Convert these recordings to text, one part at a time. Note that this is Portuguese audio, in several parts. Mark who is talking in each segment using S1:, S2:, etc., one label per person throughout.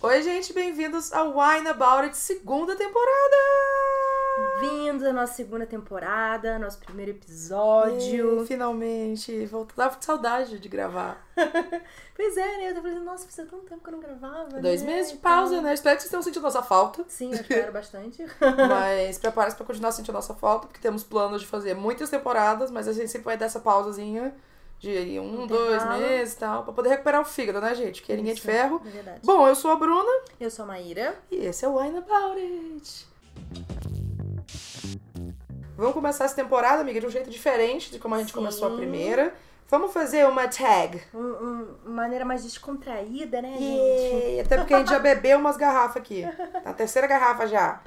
S1: Oi, gente, bem-vindos ao Wine About It, segunda temporada!
S2: Bem-vindos à nossa segunda temporada, nosso primeiro episódio.
S1: Ih, finalmente, voltou. Tava com saudade de gravar.
S2: Pois é, né? Eu tava falando, nossa, fazia tanto tempo que eu não gravava.
S1: Dois
S2: né?
S1: meses de
S2: Então,
S1: pausa, né? Espero que vocês tenham sentido nossa falta.
S2: Sim, eu quero bastante.
S1: Mas prepare-se pra continuar sentindo nossa falta, porque temos planos de fazer muitas temporadas, mas a gente sempre vai dar essa pausazinha de um,
S2: Intervalo.
S1: dois meses e tal, pra poder recuperar o fígado, né, gente? Que é ninguém de
S2: Isso,
S1: ferro.
S2: É verdade.
S1: Bom, eu sou a Bruna.
S2: Eu sou a Maíra.
S1: E esse é o Wine About It. Vamos começar essa temporada, amiga, de um jeito diferente de como a gente
S2: Sim.
S1: começou a primeira. Vamos fazer uma tag.
S2: Um- um- Uma maneira mais descontraída, né, gente?
S1: Yay! Até porque a gente já bebeu umas garrafas aqui. Tá Na terceira garrafa já.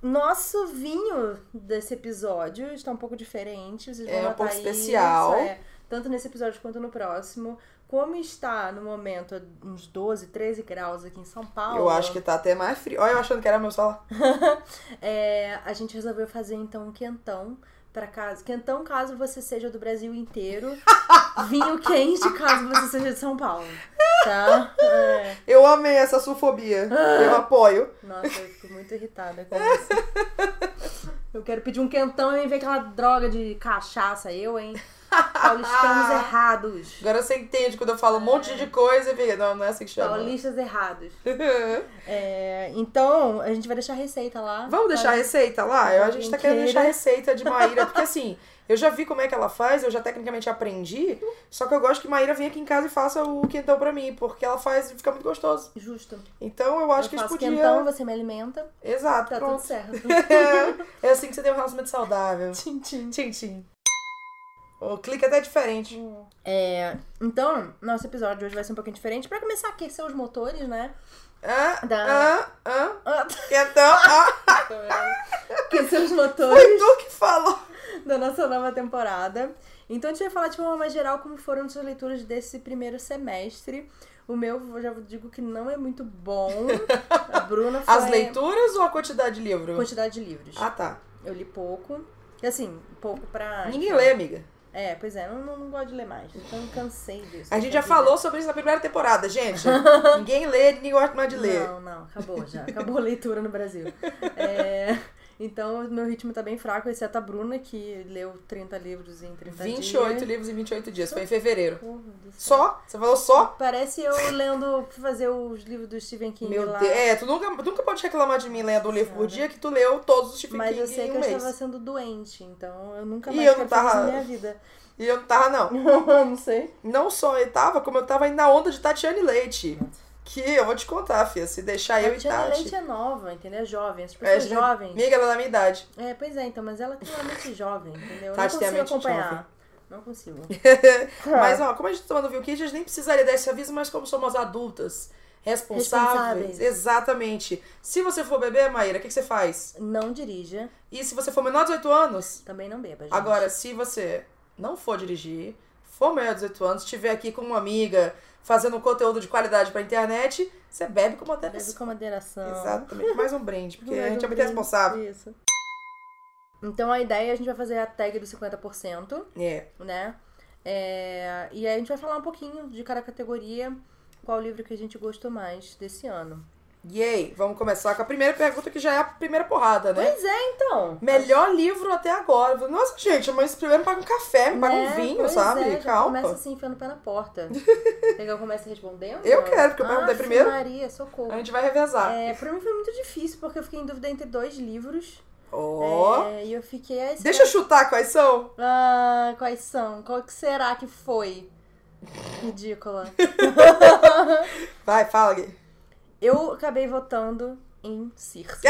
S2: Nosso vinho desse episódio está um pouco diferente. Vocês vão
S1: É, um
S2: notar
S1: pouco
S2: isso,
S1: especial.
S2: é. tanto nesse episódio quanto no próximo. Como está no momento uns 12, 13 graus aqui em São Paulo.
S1: Eu acho que tá até mais frio. Olha, eu achando que era meu celular.
S2: É, a gente resolveu fazer então um quentão para caso. Quentão caso você seja do Brasil inteiro. Vinho quente caso você seja de São Paulo. Tá? É.
S1: Eu amei essa sufobia. Eu apoio.
S2: Nossa, eu fico muito irritada com isso. Eu quero pedir um quentão e ver aquela droga de cachaça, eu, hein? Paulistanos errados.
S1: Agora você entende quando eu falo um monte de coisa e fica. Não, não é assim que chama.
S2: Paulistas errados. É, então, a gente vai deixar a receita lá.
S1: Vamos deixar a
S2: Tá?
S1: receita lá? Eu, a gente tá
S2: Quem
S1: querendo
S2: queira.
S1: deixar a receita de Maíra, porque assim, eu já vi como é que ela faz, eu já tecnicamente aprendi, só que eu gosto que Maíra venha aqui em casa e faça o quentão pra mim, porque ela faz e fica muito gostoso.
S2: Justo.
S1: Então eu acho
S2: eu
S1: que a gente
S2: faço
S1: podia.
S2: quentão, você me alimenta.
S1: Exato,
S2: Tá tudo
S1: pronto.
S2: certo.
S1: é assim que você tem um relacionamento saudável.
S2: tchim, tchim.
S1: Tchim, tchim. O clique é até diferente.
S2: Então, nosso episódio de hoje vai ser um pouquinho diferente. Pra começar a aquecer os motores, né?
S1: Ah,
S2: Da...
S1: ah, ah.
S2: Ah,
S1: Quentão, ah,
S2: aquecer os
S1: foi
S2: motores
S1: tu que falou.
S2: da nossa nova temporada. Então, a gente vai falar de forma mais geral como foram suas leituras desse primeiro semestre. O meu, eu já digo que não é muito bom. A Bruna foi...
S1: As leituras ou a quantidade de livro?
S2: Quantidade de livros.
S1: Ah, tá.
S2: Eu li pouco. E assim, pouco pra...
S1: Ninguém lê, amiga.
S2: É, pois é. Não, não, não gosto de ler mais. Então, eu cansei disso.
S1: A gente já
S2: Cansei
S1: falou sobre isso na primeira temporada, gente. ninguém lê, ninguém gosta mais de ler.
S2: Não, não, acabou já. Acabou a leitura no Brasil. É, então, meu ritmo tá bem fraco, exceto a Bruna, que leu 30 livros em 30
S1: 28
S2: dias.
S1: livros em 28 dias, foi em fevereiro.
S2: Porra do céu.
S1: Só? Você falou só?
S2: Parece eu lendo, fazer os livros do Stephen King
S1: Meu
S2: lá.
S1: Deus. É, tu nunca, tu nunca pode reclamar de mim lendo um livro por
S2: Senhora.
S1: dia que tu leu todos os Stephen
S2: Mas
S1: King
S2: eu sei
S1: em
S2: que
S1: um
S2: eu
S1: mês.
S2: estava sendo doente, então eu nunca
S1: E
S2: mais
S1: eu
S2: quero
S1: não tava-
S2: fazer isso na minha vida.
S1: E eu não tava, não.
S2: não sei.
S1: Não só eu tava, como eu tava indo na onda de Tatiane Leite. Que eu vou te contar, filha. Se deixar eu
S2: a
S1: e
S2: Tiana
S1: Tati.
S2: Leite é nova, entendeu? É jovem. As pessoas
S1: gente,
S2: jovens.
S1: Amiga, ela é da minha idade.
S2: É, pois é, então, mas ela tem uma mente jovem, entendeu? Eu não
S1: Tati tem a
S2: consigo
S1: mente
S2: acompanhar.
S1: jovem.
S2: Não consigo.
S1: Mas, ó, como a gente tá tomando Viu Kid, a gente nem precisaria dar esse aviso, mas como somos adultas, responsáveis.
S2: Responsáveis.
S1: Exatamente. Se você for beber, Maíra, o que, que você faz?
S2: Não dirija.
S1: E se você for menor de 18 anos,
S2: Também não beba, gente.
S1: Agora, se você não for dirigir, for maior de 18 anos, estiver aqui com uma amiga fazendo um conteúdo de qualidade pra internet, você bebe com
S2: Bebe
S1: moderação.
S2: com moderação.
S1: Exatamente. Mais um brinde, porque a
S2: Mais
S1: gente
S2: um
S1: é muito
S2: brinde.
S1: responsável.
S2: Isso. Então a ideia é a gente vai fazer a tag do 50%,
S1: É.
S2: né? É, E aí a gente vai falar um pouquinho de cada categoria, qual livro que a gente gostou mais desse
S1: Né?
S2: ano.
S1: E aí, vamos começar com a primeira pergunta, que já é a primeira porrada, né?
S2: Pois é, então.
S1: Melhor livro até agora. Eu falei, Nossa, gente, mas primeiro me paga um café, me paga um
S2: Né?
S1: vinho,
S2: Pois
S1: sabe?
S2: é, já
S1: Calma.
S2: Começa assim, enfiando o pé na porta. Quer que eu comece respondendo?
S1: Eu quero, porque eu perguntei
S2: Aff,
S1: primeiro. Ah.
S2: Maria, socorro.
S1: A gente vai revezar.
S2: É, pra mim foi muito difícil, porque eu fiquei em dúvida entre dois livros.
S1: Ó.
S2: É, e eu fiquei. "Ah, esse
S1: Deixa eu chutar quais são.
S2: Ah, quais são? Qual que será que foi? Ridícula.
S1: Vai, fala, Gui.
S2: Eu acabei votando em Circe.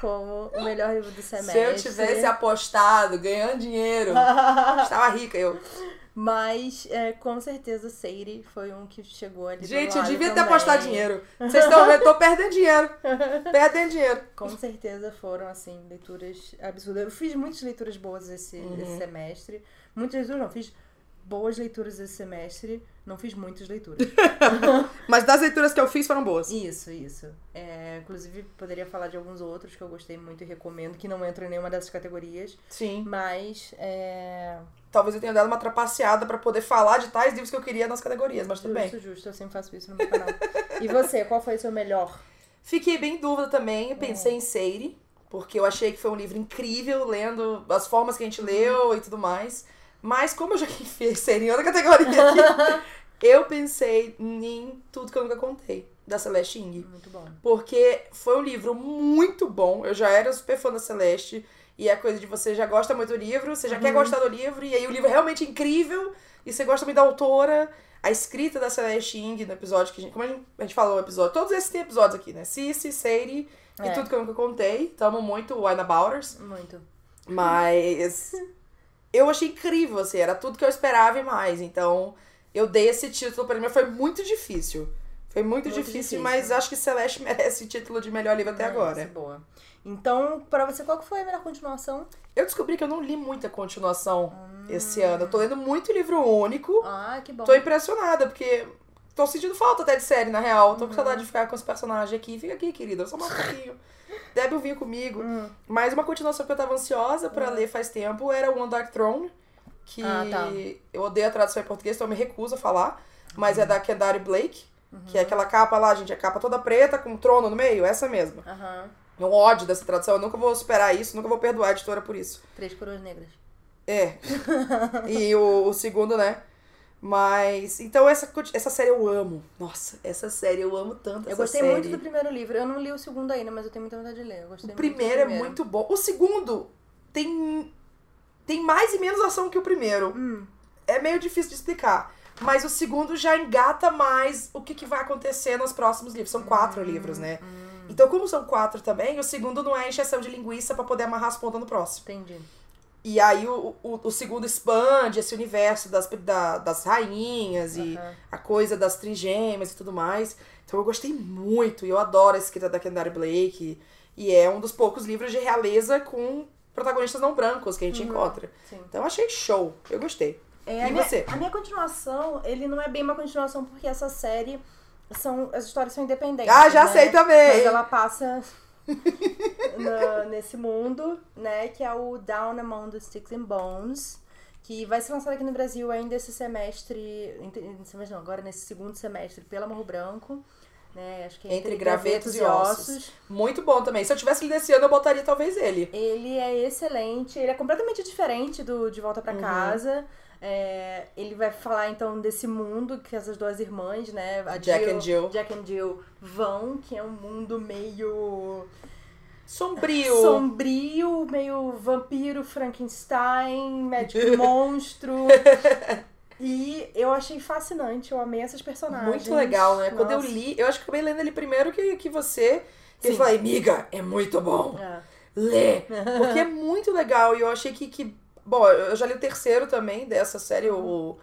S2: como o melhor livro do semestre.
S1: Se eu
S2: é.
S1: tivesse apostado, ganhando dinheiro, estava rica eu.
S2: Tipo, Mas, é, com certeza, Seire foi um que chegou ali do
S1: Gente, eu
S2: lado
S1: devia ter
S2: também.
S1: apostado dinheiro. Vocês estão vendo? Tô perdendo dinheiro. Perdendo dinheiro.
S2: Com certeza foram, assim,
S1: Uhum.
S2: leituras absurdas. Eu fiz muitas leituras boas esse, esse semestre. Muitas leituras não, fiz boas leituras esse semestre. Não fiz muitas leituras.
S1: Mas das leituras que eu fiz foram boas.
S2: Isso, isso. É, inclusive, poderia falar de alguns outros que eu gostei muito e recomendo, que não entram em nenhuma dessas categorias.
S1: Sim.
S2: Mas, é,
S1: Talvez eu tenha dado uma trapaceada pra poder falar de tais livros que eu queria nas categorias, mas tudo bem.
S2: justo, justo. Eu sempre faço isso no meu canal. e você, qual foi o seu melhor?
S1: Fiquei bem em dúvida também, pensei em Seire, porque eu achei que foi um livro incrível, lendo as formas que a gente leu e tudo mais. Mas como eu já enfiei Seire em outra categoria aqui, eu pensei em Tudo Que Eu Nunca Contei, da Celeste Ing.
S2: Muito bom.
S1: Porque foi um livro muito bom. Eu já era super fã da Celeste. E é coisa de você já gosta muito do livro, você já quer gostar do livro, e aí o livro é realmente incrível, e você gosta muito da autora. A escrita da Celeste Ing no episódio que a gente. Como a gente, a gente falou o episódio? Todos esses tem episódios aqui, né? Cici, Seire
S2: É.
S1: e tudo que eu nunca contei. Tamo muito o Aina Bowers.
S2: Muito.
S1: Mas eu achei incrível, assim, era tudo que eu esperava e mais. Então, eu dei esse título pra ele, mas foi muito difícil. Foi muito,
S2: Muito
S1: difícil,
S2: difícil.
S1: mas acho que Celeste merece o título de melhor livro até
S2: Nossa,
S1: agora.
S2: Boa. Então, pra você, qual que foi a melhor continuação?
S1: Eu descobri que eu não li muita continuação esse ano. Eu tô lendo muito livro único.
S2: Ah, que bom.
S1: Tô impressionada, porque tô sentindo falta até de série, na real.
S2: Uhum.
S1: Tô com saudade de ficar com os personagens aqui. Fica aqui, querida, só mais um pouquinho. Deve um vinho comigo.
S2: Hum.
S1: Mas uma continuação que eu tava ansiosa pra ler faz tempo era One Dark Throne, que
S2: Ah, tá.
S1: eu odeio a tradução em português, então eu me recuso a falar, mas é
S2: Uhum.
S1: da Kendari Blake, que é aquela capa lá, gente, a capa toda preta com um trono no meio, essa mesma.
S2: Aham.
S1: Eu ódio dessa tradução, eu nunca vou superar isso, nunca vou perdoar a editora por isso.
S2: Três coroas negras.
S1: É. e o, o segundo, né? Mas, então essa, conti- essa série eu amo. Nossa, essa série eu amo tanto.
S2: Eu
S1: essa
S2: gostei
S1: série.
S2: muito do primeiro livro. Eu não li o segundo ainda, mas eu tenho muita vontade de ler. Eu
S1: O
S2: gostei
S1: primeiro é
S2: muito do
S1: muito bom. O segundo tem, tem mais e menos ação que o primeiro.
S2: Hum.
S1: É meio difícil de explicar. Mas o segundo já engata mais o que, que vai acontecer nos próximos livros. São
S2: Hum,
S1: quatro livros, né? Então, como são quatro também, o segundo não é encheção de linguiça pra poder amarrar as pontas no próximo.
S2: Entendi.
S1: E aí o, o, o segundo expande esse universo das, da- das rainhas e
S2: Aham.
S1: a coisa das trigêmeas e tudo mais. Então eu gostei muito e eu adoro a escrita da Kendari Blake. E é um dos poucos livros de realeza com protagonistas não brancos que a gente encontra.
S2: Sim.
S1: Então eu achei show, eu gostei.
S2: Uhum. É,
S1: E
S2: a minha-
S1: você?
S2: a minha continuação, ele não é bem uma continuação, porque essa série são. As histórias são independentes.
S1: ah, já
S2: né?
S1: sei
S2: Mas
S1: também!
S2: ela passa na- nesse mundo, né? Que é o Down Among the Sticks and Bones. Que vai ser lançado aqui no Brasil ainda esse semestre. ente- esse semestre não, agora nesse segundo semestre, pela Morro Branco. Né, acho que é
S1: Entre Gravetos e Ossos. Muito bom também. Se eu tivesse lido esse ano, eu botaria talvez ele.
S2: Ele é excelente, ele é completamente diferente do De Volta pra
S1: Uhum.
S2: Casa. É, ele vai falar então desse mundo que essas duas irmãs, né? A
S1: Jack and Jill.
S2: Jack and Jill vão, que é um mundo meio
S1: Sombrio.
S2: sombrio, meio vampiro, Frankenstein, médico monstro. E eu achei fascinante, eu amei essas personagens.
S1: Muito legal, né? Quando eu
S2: Nossa.
S1: li, eu acho que acabei lendo ele primeiro que, que você. E eu
S2: Sim.
S1: falei, amiga, é muito bom.
S2: É.
S1: Lê! Porque é muito legal. E eu achei que, que. Bom, eu já li o terceiro também dessa série, o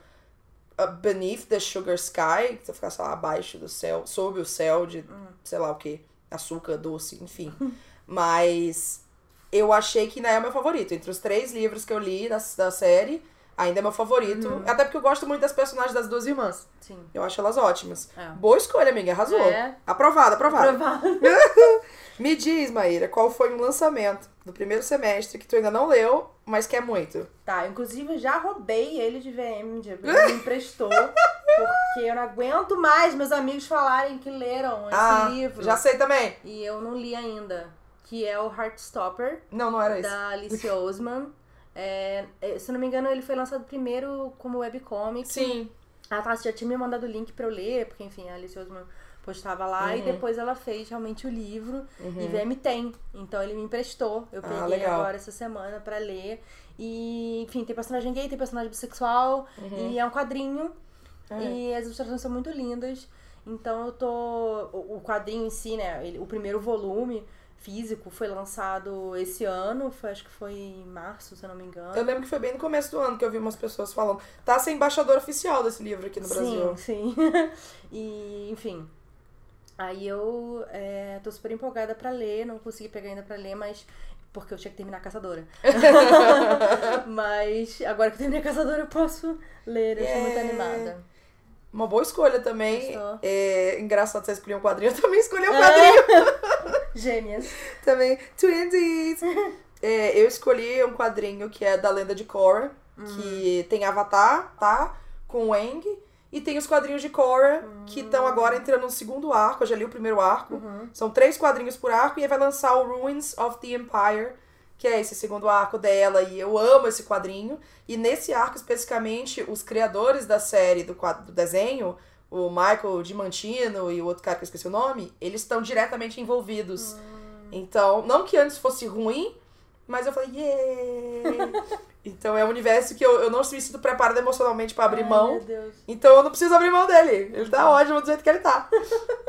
S1: uh, Beneath the Sugar Sky, que você fica, sei lá, abaixo do céu, sob o céu de,
S2: Hum.
S1: sei lá o que, açúcar, doce, enfim. Mas eu achei que ainda é o meu favorito. Entre os três livros que eu li da, da série, ainda é meu favorito.
S2: Uhum.
S1: Até porque eu gosto muito das personagens das duas irmãs.
S2: Sim.
S1: Eu acho elas ótimas.
S2: É.
S1: Boa escolha, amiga, arrasou.
S2: É.
S1: Aprovada, aprovada.
S2: Provável.
S1: Me diz, Maíra, qual foi um lançamento do primeiro semestre que tu ainda não leu, mas quer muito?
S2: Tá, inclusive eu já roubei ele de VM, de ele me emprestou, porque eu não aguento mais meus amigos falarem que leram esse livro.
S1: Ah, já sei também.
S2: E eu não li ainda, que é o Heartstopper,
S1: Não, não era isso.
S2: da Alice Oseman. É, é, se eu não me engano, ele foi lançado primeiro como webcomic.
S1: Sim.
S2: A Tassi já tinha me mandado o link pra eu ler, porque enfim, a Alice Oseman postava lá e
S1: Uhum.
S2: depois ela fez realmente o livro. E
S1: Uhum.
S2: VM tem. Então ele me emprestou. Eu
S1: Ah,
S2: peguei
S1: legal.
S2: agora essa semana pra ler. E, enfim, tem personagem gay, tem personagem bissexual.
S1: Uhum.
S2: E é um quadrinho.
S1: Ah.
S2: E as ilustrações são muito lindas. Então eu tô. O o quadrinho em si, né? ele- O primeiro volume físico foi lançado esse ano. Foi, acho que foi em março, se eu não me engano.
S1: Eu lembro que foi bem no começo do ano que eu vi umas pessoas falando. Tá sem embaixador oficial desse livro aqui no Brasil.
S2: Sim, sim. e, enfim. Aí eu é, tô super empolgada pra ler, não consegui pegar ainda pra ler, mas Porque eu tinha que terminar a Caçadora. Mas agora que eu terminei a Caçadora, eu posso ler. Eu estou muito
S1: Yeah.
S2: animada.
S1: Uma boa escolha também.
S2: Gostou. É.
S1: É, engraçado, você escolheu um quadrinho. Eu também escolhi um quadrinho.
S2: Gêmeas.
S1: Também. Twinsies! É, eu escolhi um quadrinho que é da Lenda de Korra.
S2: Hum.
S1: Que tem Avatar, tá? Com Wang. E tem os quadrinhos de Korra, que estão agora entrando no segundo arco. Eu já li o primeiro arco.
S2: Uhum.
S1: São três quadrinhos por arco e aí vai lançar o Ruins of the Empire, que é esse segundo arco dela, e eu amo esse quadrinho. E nesse arco, especificamente, os criadores da série do, quad- do desenho, o Michael Dimantino e o outro cara que eu esqueci o nome, eles estão diretamente envolvidos. Então, não que antes fosse ruim, mas eu falei, yeah! então é um universo que eu, eu não me sinto preparada emocionalmente pra abrir
S2: Ai,
S1: mão.
S2: Meu Deus.
S1: Então eu não preciso abrir mão dele. Ele tá ótimo do jeito que ele tá.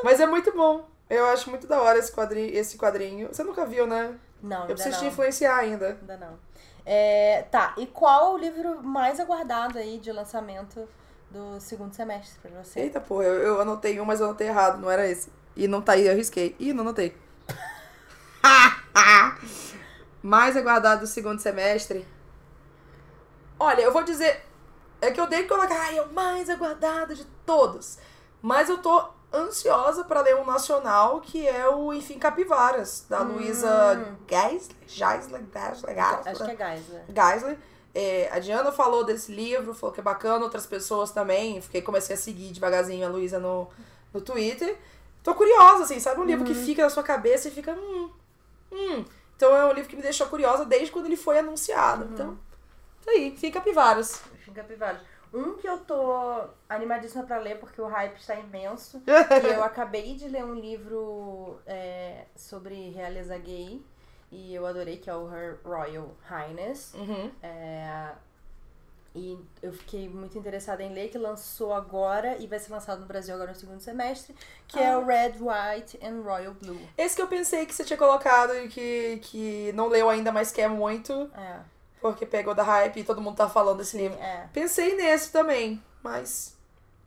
S1: Mas é muito bom. Eu acho muito da hora esse quadrinho. Esse quadrinho. Você nunca viu, né?
S2: Não,
S1: Eu
S2: ainda
S1: preciso
S2: não.
S1: te influenciar ainda.
S2: Ainda não. É, tá, e qual o livro mais aguardado aí de lançamento do segundo semestre pra você?
S1: Eita porra, eu, eu anotei um, mas eu anotei errado, não era esse. E não tá aí, eu risquei. Ih, não anotei. Mais aguardado do segundo semestre. Olha, eu vou dizer. É que eu dei que colocar. Ai, é o mais aguardado de todos. Mas eu tô ansiosa pra ler um nacional que é o Enfim Capivaras, da
S2: Hum.
S1: Luísa Geisler. Geisler, Geisler,
S2: Acho
S1: Geisler.
S2: que é Geisler.
S1: Geisler. É, a Diana falou desse livro, falou que é bacana, outras pessoas também. Fiquei, comecei a seguir devagarzinho a Luísa no, no Twitter. Tô curiosa, assim, sabe? Um livro que fica na sua cabeça e fica. Hum, hum. Então é um livro que me deixou curiosa desde quando ele foi anunciado. Então, tá aí, fica pivaras.
S2: Enfim, Capivaras. Um que eu tô animadíssima pra ler, porque o hype está imenso. e eu acabei de ler um livro é, sobre realeza gay. E eu adorei, que é o Her Royal Highness.
S1: Uhum.
S2: E eu fiquei muito interessada em ler, que lançou agora e vai ser lançado no Brasil agora no segundo semestre, que é o Red, White and Royal Blue.
S1: Esse que eu pensei que você tinha colocado e que, que não leu ainda, mas quer muito,
S2: É,
S1: porque pegou da hype e todo mundo tá falando desse livro.
S2: é.
S1: Pensei nesse também, mas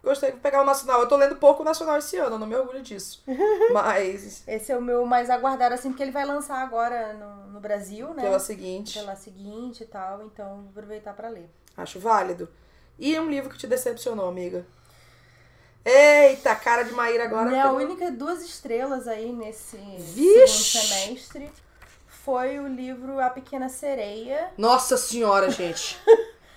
S1: gostei de pegar o nacional. Eu tô lendo pouco nacional esse ano, não me orgulho disso. Mas
S2: Esse é o meu mais aguardado, assim, porque ele vai lançar agora no, no Brasil, né?
S1: pela seguinte,
S2: Pela seguinte e tal, então vou aproveitar pra ler.
S1: acho válido. E um livro que te decepcionou, amiga. Eita, cara de Maíra agora. um
S2: Né, a
S1: pegou-
S2: única duas estrelas aí nesse segundo
S1: Vixe!
S2: semestre foi o livro A Pequena Sereia.
S1: Nossa senhora, gente.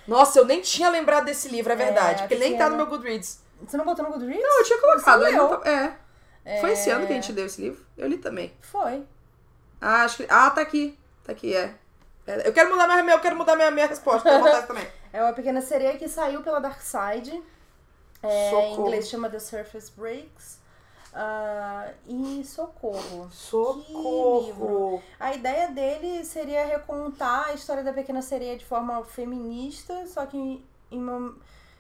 S1: Nossa, eu nem tinha lembrado desse livro, é verdade. porque ele nem tá no meu Goodreads.
S2: Você não botou no Goodreads?
S1: Não, eu tinha colocado.
S2: Você
S1: ele não
S2: leu.
S1: tá- É. Foi esse ano que a gente deu esse livro? Eu li também.
S2: Foi.
S1: Ah, acho que... ah tá aqui. Tá aqui, é. É, Eu quero mudar minha, eu quero mudar minha, minha resposta. Eu vou botar essa também.
S2: É uma pequena sereia que saiu pela Dark Side. É, em
S1: Socorro.
S2: inglês chama The Surface Breaks. Ah, e socorro.
S1: Socorro!
S2: A ideia dele seria recontar a história da pequena sereia de forma feminista, só que em uma-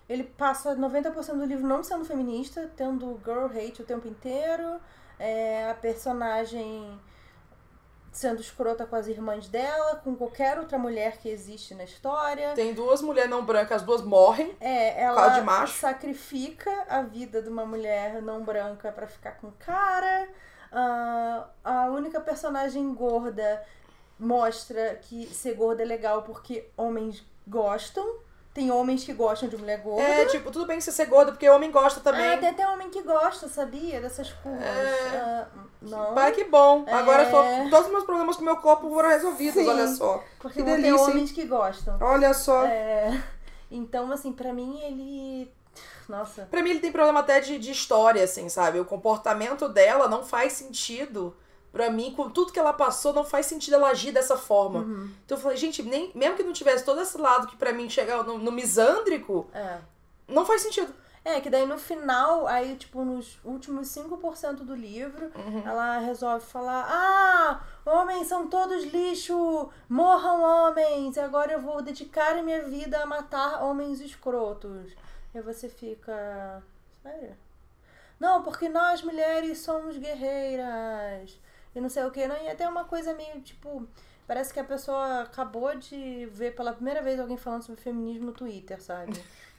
S2: ele passa 90% do livro não sendo feminista, tendo girl hate o tempo inteiro, é, a personagem sendo escrota com as irmãs dela, com qualquer outra mulher que existe na história.
S1: Tem duas mulheres não brancas, as duas morrem.
S2: É,
S1: causa de
S2: ela
S1: macho.
S2: sacrifica a vida de uma mulher não branca pra ficar com o cara. Ah, a única personagem gorda mostra que ser gorda é legal porque homens gostam. Tem homens que gostam de mulher gorda.
S1: É, tipo, tudo bem você ser gorda, porque homem gosta
S2: Ah,
S1: também.
S2: tem até homem que gosta, sabia? Dessas curvas.
S1: É.
S2: Ah, não.
S1: Pai, que bom. Agora
S2: É.
S1: só- todos os meus problemas com meu corpo foram resolvidos,
S2: Sim.
S1: olha só.
S2: Porque
S1: que
S2: vão ter
S1: delícia, hein?
S2: homens que gostam.
S1: Olha só.
S2: É, então, assim, pra mim ele. Nossa.
S1: Pra mim, ele tem problema até de, de história, assim, sabe? O comportamento dela não faz sentido. Pra mim, com tudo que ela passou, não faz sentido ela agir dessa forma.
S2: Uhum.
S1: Então eu falei, gente, nem, mesmo que não tivesse todo esse lado que pra mim chega no, no misândrico,
S2: É.
S1: não faz sentido.
S2: É, que daí no final, aí, tipo, nos últimos 5% do livro, ela resolve falar: Ah, homens são todos lixo, morram homens, agora eu vou dedicar a minha vida a matar homens escrotos. E você fica. Sério? Não, porque nós mulheres somos guerreiras. E não sei o que, não. E é até uma coisa meio tipo. Parece que a pessoa acabou de ver pela primeira vez alguém falando sobre feminismo no Twitter, sabe?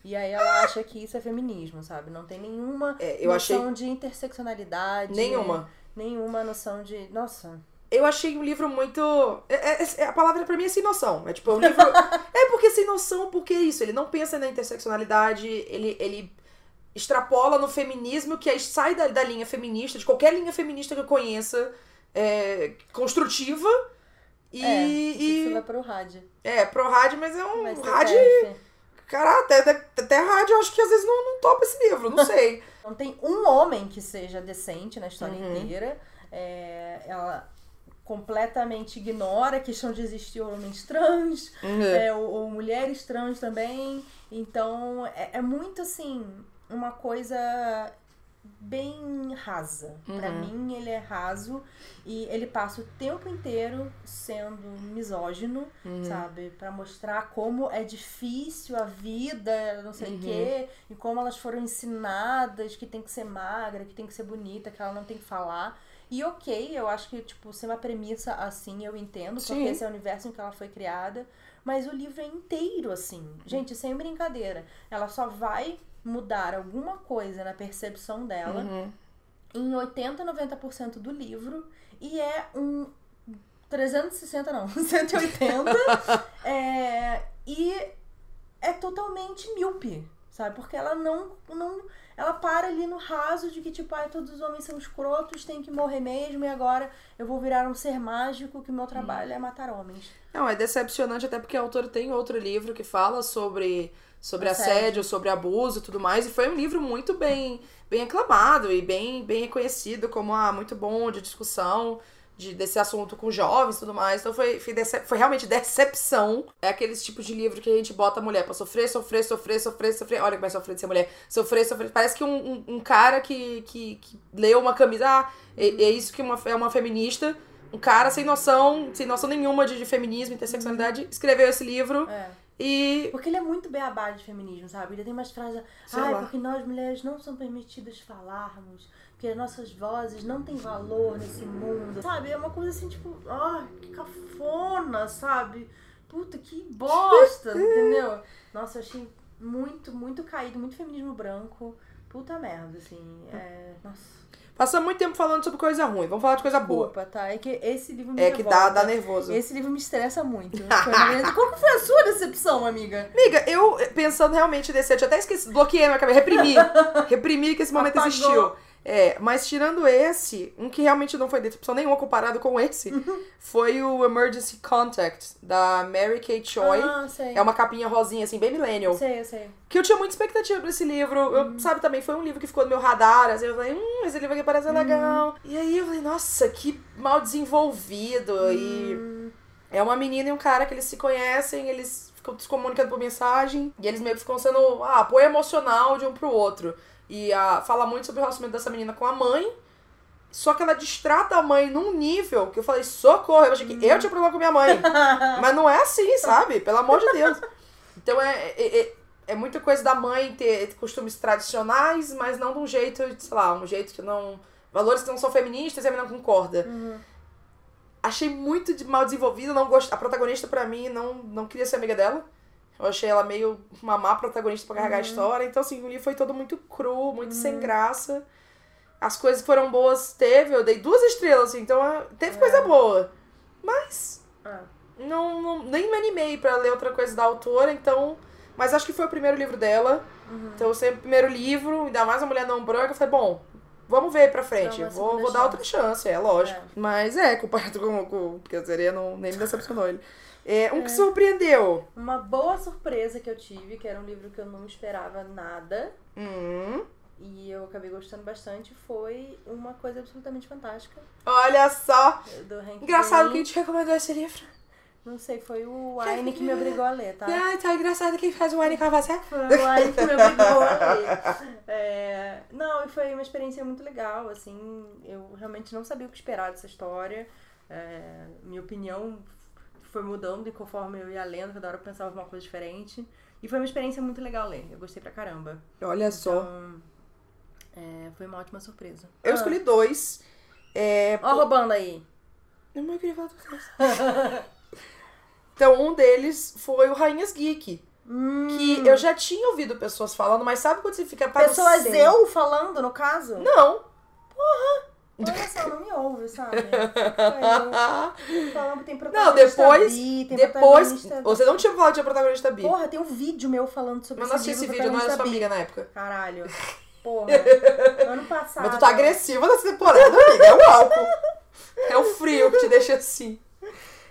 S2: E aí ela acha que isso é feminismo, sabe? Não tem nenhuma
S1: É, eu achei
S2: noção de interseccionalidade.
S1: nenhuma.
S2: Nenhuma noção de. Nossa.
S1: Eu achei um livro muito. é- é- é- a palavra pra mim é sem noção. É tipo, é um livro. é porque sem noção, porque é isso. Ele não pensa na interseccionalidade, ele, ele extrapola no feminismo, que aí sai da, da linha feminista, de qualquer linha feminista que eu conheça, é, construtiva. E.
S2: É,
S1: e-
S2: Você vai pro rádio.
S1: é, pro rádio, mas é um
S2: Mas você
S1: rádio.
S2: deve.
S1: Cara, até, até, até rádio eu acho que às vezes não, não topa esse livro, não sei.
S2: Não tem um homem que seja decente na história
S1: Uhum.
S2: inteira. É, ela completamente ignora a questão de existir um homens trans.
S1: Uhum.
S2: é, ou, ou mulheres trans também. Então, é, é muito assim, uma coisa bem rasa. Pra
S1: Uhum.
S2: mim, ele é raso e ele passa o tempo inteiro sendo misógino,
S1: Uhum.
S2: sabe? Pra mostrar como é difícil a vida, não sei o
S1: Uhum.
S2: quê, e como elas foram ensinadas que tem que ser magra, que tem que ser bonita, que ela não tem que falar. E ok, eu acho que, tipo, ser uma premissa assim, eu entendo,
S1: Sim.
S2: porque esse é o universo em que ela foi criada. Mas o livro é inteiro assim. Gente, sem brincadeira. Ela só vai mudar alguma coisa na percepção dela
S1: Uhum.
S2: em 80, 90% do livro. E é um 360 não, 180. é, e é totalmente míope, sabe? Porque ela não, não. Ela para ali no raso de que, tipo, ai, todos os homens são escrotos, tem que morrer mesmo, e agora eu vou virar um ser mágico que o meu trabalho é matar homens.
S1: Não, é decepcionante até porque a autora tem outro livro que fala sobre, sobre
S2: Assédio.
S1: assédio, sobre abuso e tudo mais. E foi um livro muito bem, bem aclamado e bem, bem reconhecido como ah, muito bom de discussão de, desse assunto com jovens e tudo mais. Então foi, foi, dece- foi realmente decepção. É aqueles tipos de livro que a gente bota a mulher pra sofrer, sofrer, sofrer, sofrer, sofrer. Olha que vai sofrer de ser mulher. Sofrer, sofrer. Parece que um, um, um cara que, que, que leu uma camisa. Ah, é, é isso que uma, é uma feminista. Um cara sem noção, sem noção nenhuma de, de feminismo, interseccionalidade, escreveu esse livro
S2: É.
S1: e.
S2: Porque ele é muito beabá de feminismo, sabe? Ele tem umas frases.
S1: Sei
S2: Ai,
S1: lá.
S2: porque nós mulheres não são permitidas falarmos, porque as nossas vozes não têm valor nesse mundo. Sabe? É uma coisa assim, tipo, ah, que cafona, sabe? Puta, que bosta, entendeu? Nossa, eu achei muito, muito caído, muito feminismo branco. Puta merda, assim. É. Nossa.
S1: Passamos muito tempo falando sobre coisa ruim. Vamos falar de coisa boa.
S2: Desculpa, tá? É que esse livro me
S1: É que dá,
S2: revolta.
S1: dá nervoso.
S2: Esse livro me estressa muito. Foi uma grande- Qual que foi a sua decepção, amiga?
S1: Amiga, eu eh, pensando realmente em DC, eu tinha até esqueci, bloqueei minha cabeça, reprimi. reprimi que esse momento
S2: Apagou.
S1: existiu. É, mas tirando esse, um que realmente não foi decepção nenhuma comparado com esse,
S2: Uhum.
S1: foi o Emergency Contact, da Mary Kay Choi.
S2: Ah, sei.
S1: É uma capinha rosinha, assim, bem millennial.
S2: Sei, eu sei.
S1: Que eu tinha muita expectativa pra esse livro. Eu, sabe, também foi um livro que ficou no meu radar. Assim, eu falei, hum, esse livro aqui parece legal. E aí eu falei, nossa, que mal desenvolvido. E é uma menina e um cara que eles se conhecem, eles ficam se comunicando por mensagem. E eles meio que ficam sendo ah, apoio emocional de um pro outro. E ah, fala muito sobre o relacionamento dessa menina com a mãe. Só que ela distrata a mãe num nível que eu falei, socorro, eu achei que eu tinha problema com minha mãe. Mas não é assim, sabe? Pelo amor de Deus. Então é, é, é, é muita coisa da mãe ter costumes tradicionais, mas não de um jeito, sei lá, um jeito que não. Valores que não são feministas e a menina concorda. Achei muito de- mal desenvolvida, não gosto. A protagonista, pra mim, não, não queria ser amiga dela. Eu achei ela meio uma má protagonista pra carregar a história. Então, assim, o livro foi todo muito cru, muito sem graça. As coisas que foram boas teve, eu dei duas estrelas, assim, então é, teve coisa boa. Mas
S2: Ah.
S1: não, não- nem me animei pra ler outra coisa da autora, então. Mas acho que foi o primeiro livro dela.
S2: Uhum.
S1: Então, sempre o primeiro livro, ainda mais uma mulher não branca, eu falei, bom, vamos ver pra frente.
S2: Dá uma
S1: vou,
S2: segunda
S1: vou dar
S2: chance.
S1: outra chance, é lógico.
S2: É.
S1: Mas é, comparado com. com porque a Zereia não, nem me decepcionou ele. É, um que surpreendeu.
S2: Uma boa surpresa que eu tive, que era um livro que eu não esperava nada,
S1: Hum,
S2: e eu acabei gostando bastante, foi uma coisa absolutamente fantástica
S1: olha só!
S2: do Hank
S1: Engraçado que a
S2: Green.
S1: gente recomendou esse livro.
S2: Não sei, foi o Aine que me obrigou a ler, tá?
S1: Ah, então é engraçado que faz o Wine Cavazé.
S2: Foi o Aine que me obrigou a ler. É, Não, e foi uma experiência muito legal, assim, eu realmente não sabia o que esperar dessa história. É, Minha opinião foi mudando e conforme eu ia lendo, cada hora eu pensava uma coisa diferente. E foi uma experiência muito legal ler, eu gostei pra caramba.
S1: Olha só.
S2: Tá. É, foi uma ótima surpresa.
S1: Eu escolhi dois. É,
S2: Ó, roubando aí.
S1: Não, mas eu queria falar do texto. Então, um deles foi o Rainhas Geek.
S2: Hum.
S1: Que eu já tinha ouvido pessoas falando, mas sabe quando você fica parecendo...
S2: Pessoas eu falando, no caso?
S1: Não.
S2: Olha só, não me ouve, sabe? Fica eu Falando, tem protagonista
S1: Não, depois-
S2: bi, tem
S1: Depois.
S2: protagonista-
S1: Você não tinha falado de protagonista bi.
S2: Porra, tem um vídeo meu falando sobre
S1: Mas não
S2: esse
S1: assisti esse vídeo, eu não era sua
S2: protagonista
S1: amiga na época.
S2: bi. Caralho. Porra. ano passado.
S1: Mas tu tá agressiva nessa temporada, amiga. É o álcool. É o frio que te deixa assim.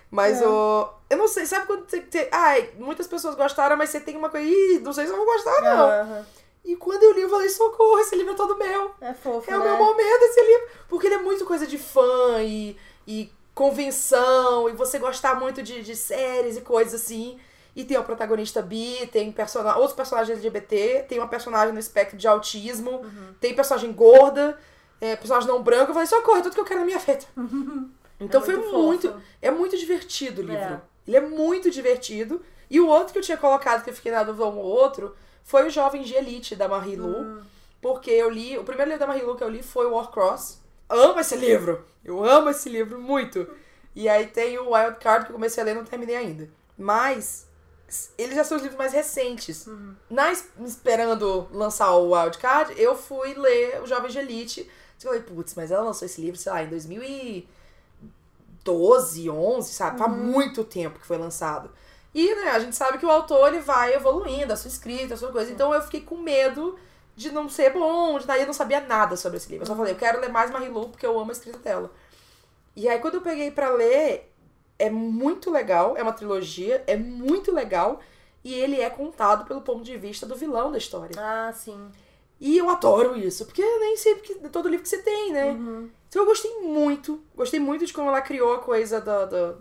S1: Mas
S2: É.
S1: o. Eu não sei, sabe quando você tem. Ai, muitas pessoas gostaram, mas você tem uma coisa. Ih, não sei se eu vou gostar, não.
S2: Aham.
S1: E quando eu li, eu falei: socorro, esse livro é todo meu.
S2: É fofo,
S1: É o
S2: né?
S1: meu momento esse livro. Porque ele é muito coisa de fã e, e convenção, e você gostar muito de, de séries e coisas assim. E tem o protagonista bi, tem person... outros personagens LGBT, tem uma personagem no espectro de autismo, tem personagem gorda, é, personagem não branco. Eu falei, socorro, é tudo que eu quero na minha feta. Então
S2: É
S1: foi
S2: fofo.
S1: muito. É muito divertido o
S2: É.
S1: livro. Ele é muito divertido. E o outro que eu tinha colocado, que eu fiquei na dúvida um ou outro, foi o Jovem de Elite, da Marie Lu. Porque eu li. O primeiro livro da Marie Lu que eu li foi o Warcross. Amo esse livro! Eu amo esse livro muito. E aí tem o Wild Card que eu comecei a ler e não terminei ainda. Mas eles já são os livros mais recentes. Na, es- esperando lançar o Wild Card, eu fui ler o Jovem de Elite. Eu falei, putz, mas ela lançou esse livro, sei lá, em 2012, 11, sabe? Faz muito tempo que foi lançado. E, né, a gente sabe que o autor, ele vai evoluindo, a sua escrita, a sua coisa. Então eu fiquei com medo de não ser bom, de daí eu não sabia nada sobre esse livro. Eu só falei, eu quero ler mais Marie Lou porque eu amo a escrita dela. E aí quando eu peguei pra ler, é muito legal, é uma trilogia, é muito legal e ele é contado pelo ponto de vista do vilão da história.
S2: Ah, sim.
S1: E eu adoro isso, porque eu nem sei porque, todo livro que você tem, né?
S2: Uhum.
S1: Então eu gostei muito, gostei muito de como ela criou a coisa da, da-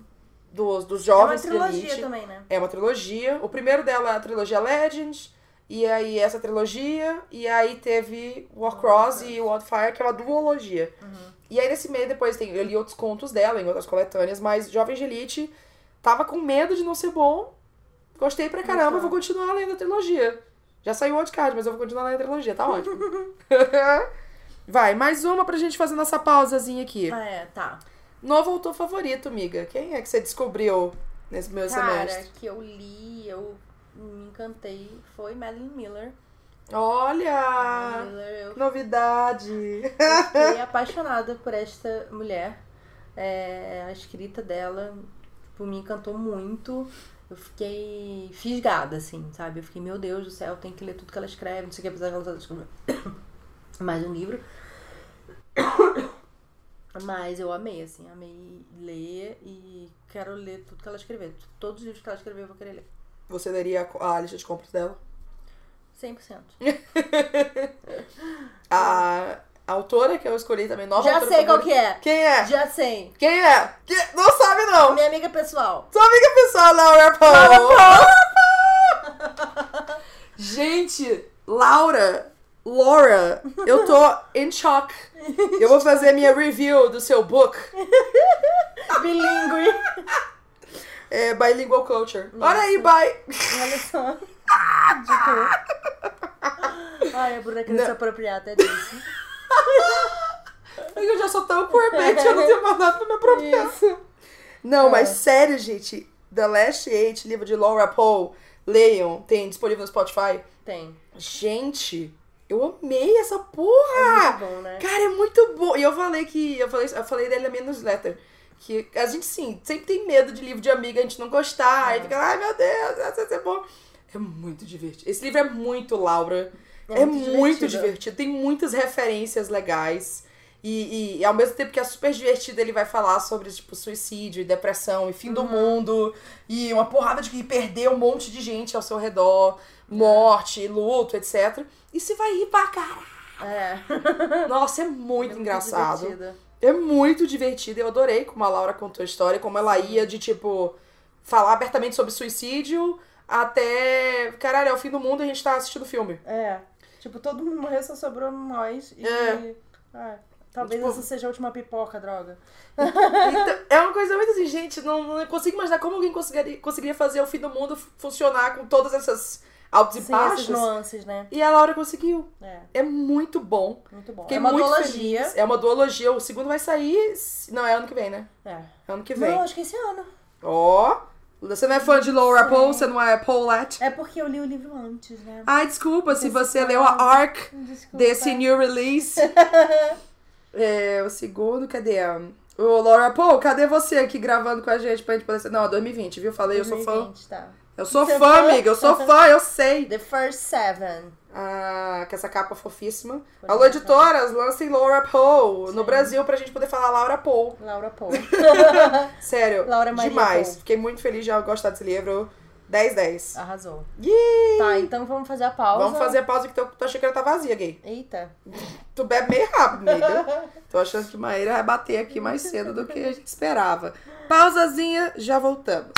S1: dos, dos
S2: É uma
S1: jovens de
S2: trilogia
S1: elite.
S2: também, né?
S1: É uma trilogia. O primeiro dela é a trilogia Legends. E aí essa trilogia. E aí teve Warcross e Wildfire, que é uma duologia. E aí nesse meio depois tem, eu li outros contos dela em outras coletâneas, mas Jovem de Elite tava com medo de não ser bom. Gostei pra caramba,
S2: Então.
S1: vou continuar lendo a trilogia. Já saiu o Wildcard, mas eu vou continuar lendo a trilogia, tá ótimo. Vai, mais uma pra gente fazer nossa pausazinha aqui.
S2: Ah, é, tá.
S1: Novo autor favorito, amiga. Quem é que você descobriu nesse meu
S2: Cara,
S1: semestre?
S2: que eu li, eu me encantei, foi Madeline Miller.
S1: Olha!
S2: Madeline Miller, eu
S1: Novidade!
S2: fiquei apaixonada por esta mulher. É, a escrita dela, tipo, me encantou muito. Eu fiquei fisgada, assim, sabe? Eu fiquei, meu Deus do céu, eu tenho que ler tudo que ela escreve, não sei o que, apesar de ela estar escrevendo mais um livro. Mas eu amei, assim, amei ler e quero ler tudo que ela escrever. Todos os livros que ela escreveu eu vou querer ler.
S1: Você daria a, a lista de compras dela?
S2: 100%.
S1: A, a autora que eu escolhi também, nova
S2: Ah. Já
S1: autora
S2: sei qual
S1: favorita.
S2: que é.
S1: Quem é?
S2: Já sei.
S1: Quem é? Que- Não sabe, não!
S2: Minha amiga pessoal.
S1: Sua amiga pessoal, Laura Paul! Gente, Laura, Laura, eu tô em choque. Eu vou fazer a minha review do seu book,
S2: Bilingue.
S1: é, Bilingual Culture. Olha aí, bye!
S2: Olha só.
S1: Tipo.
S2: De tudo. Ai, a Bruna queria se apropriar até disso.
S1: Eu já sou tão gourmet, eu não tenho mais nada pra me apropriar. Não,
S2: É.
S1: mas sério, gente. The Last Eight, livro de Laura Paul, leiam, tem disponível no Spotify.
S2: Tem.
S1: Gente, eu amei essa porra!
S2: Muito bom, né?
S1: Cara, é muito bom. E eu falei que. Eu falei, eu falei dele na minha newsletter. Que a gente, sim, sempre tem medo de livro de amiga, a gente não gostar. Aí fica, ai meu Deus, essa vai ser bom. É muito divertido. Esse livro é muito Laura. É, muito,
S2: né?
S1: divertido. Tem muitas referências legais. E, e- e ao mesmo tempo que é super divertido, ele vai falar sobre, tipo, suicídio e depressão e fim
S2: Uhum.
S1: do mundo. E uma porrada de que perder um monte de gente ao seu redor. Morte, luto, etc. E você vai rir pra caralho.
S2: É.
S1: Nossa, é muito
S2: Muito
S1: engraçado.
S2: divertido.
S1: É muito divertido. Eu adorei como a Laura contou a história, como ela ia de, tipo, falar abertamente sobre suicídio até. Caralho, é o fim do mundo e a gente tá assistindo filme.
S2: É. Tipo, todo mundo morreu, só sobrou nós. E.
S1: É.
S2: Ah, talvez
S1: Tipo-
S2: essa seja a última pipoca, droga.
S1: Então, é uma coisa muito assim, gente, não, não consigo imaginar como alguém conseguiria, conseguiria fazer o fim do mundo fu- funcionar com todas essas altos e
S2: Sem essas
S1: baixos.
S2: nuances, né?
S1: E a Laura conseguiu.
S2: É.
S1: É muito bom.
S2: Muito bom.
S1: Fiquei
S2: é uma
S1: muito
S2: antologia.
S1: feliz. É uma duologia. O segundo vai sair. se- Não, é ano que vem, né?
S2: É.
S1: É ano que
S2: Não,
S1: vem.
S2: acho que esse ano.
S1: Ó. Você não é fã de Laura Paul, você não é Paulette.
S2: É porque eu li o livro antes, né?
S1: Ai, desculpa se você leu a ARC
S2: Desculpa.
S1: desse new release. É, o segundo, cadê? O Laura, pô, cadê você aqui gravando com a gente pra gente poder. Não, 2020, viu? Falei, eu sou fã.
S2: 2020, tá.
S1: Eu sou
S2: Você é
S1: fã,
S2: fã?
S1: amiga, eu sou fã, eu sei.
S2: The First Seven.
S1: Ah, com essa capa fofíssima. Alô, editoras, lancem Laura Paul no
S2: Sim.
S1: Brasil pra gente poder falar Laura Paul.
S2: Laura Paul.
S1: Sério,
S2: Laura Maria
S1: demais.
S2: Paul.
S1: Fiquei muito feliz de já gostar desse livro. 10-10.
S2: Arrasou.
S1: Yee!
S2: Tá, então vamos fazer a pausa.
S1: Vamos fazer a pausa que tu tu achou que ela tá vazia, gay.
S2: Eita.
S1: Tu bebe meio rápido, amiga. Tô achando que Maíra vai bater aqui mais cedo do que a gente esperava. Pausazinha, já voltamos.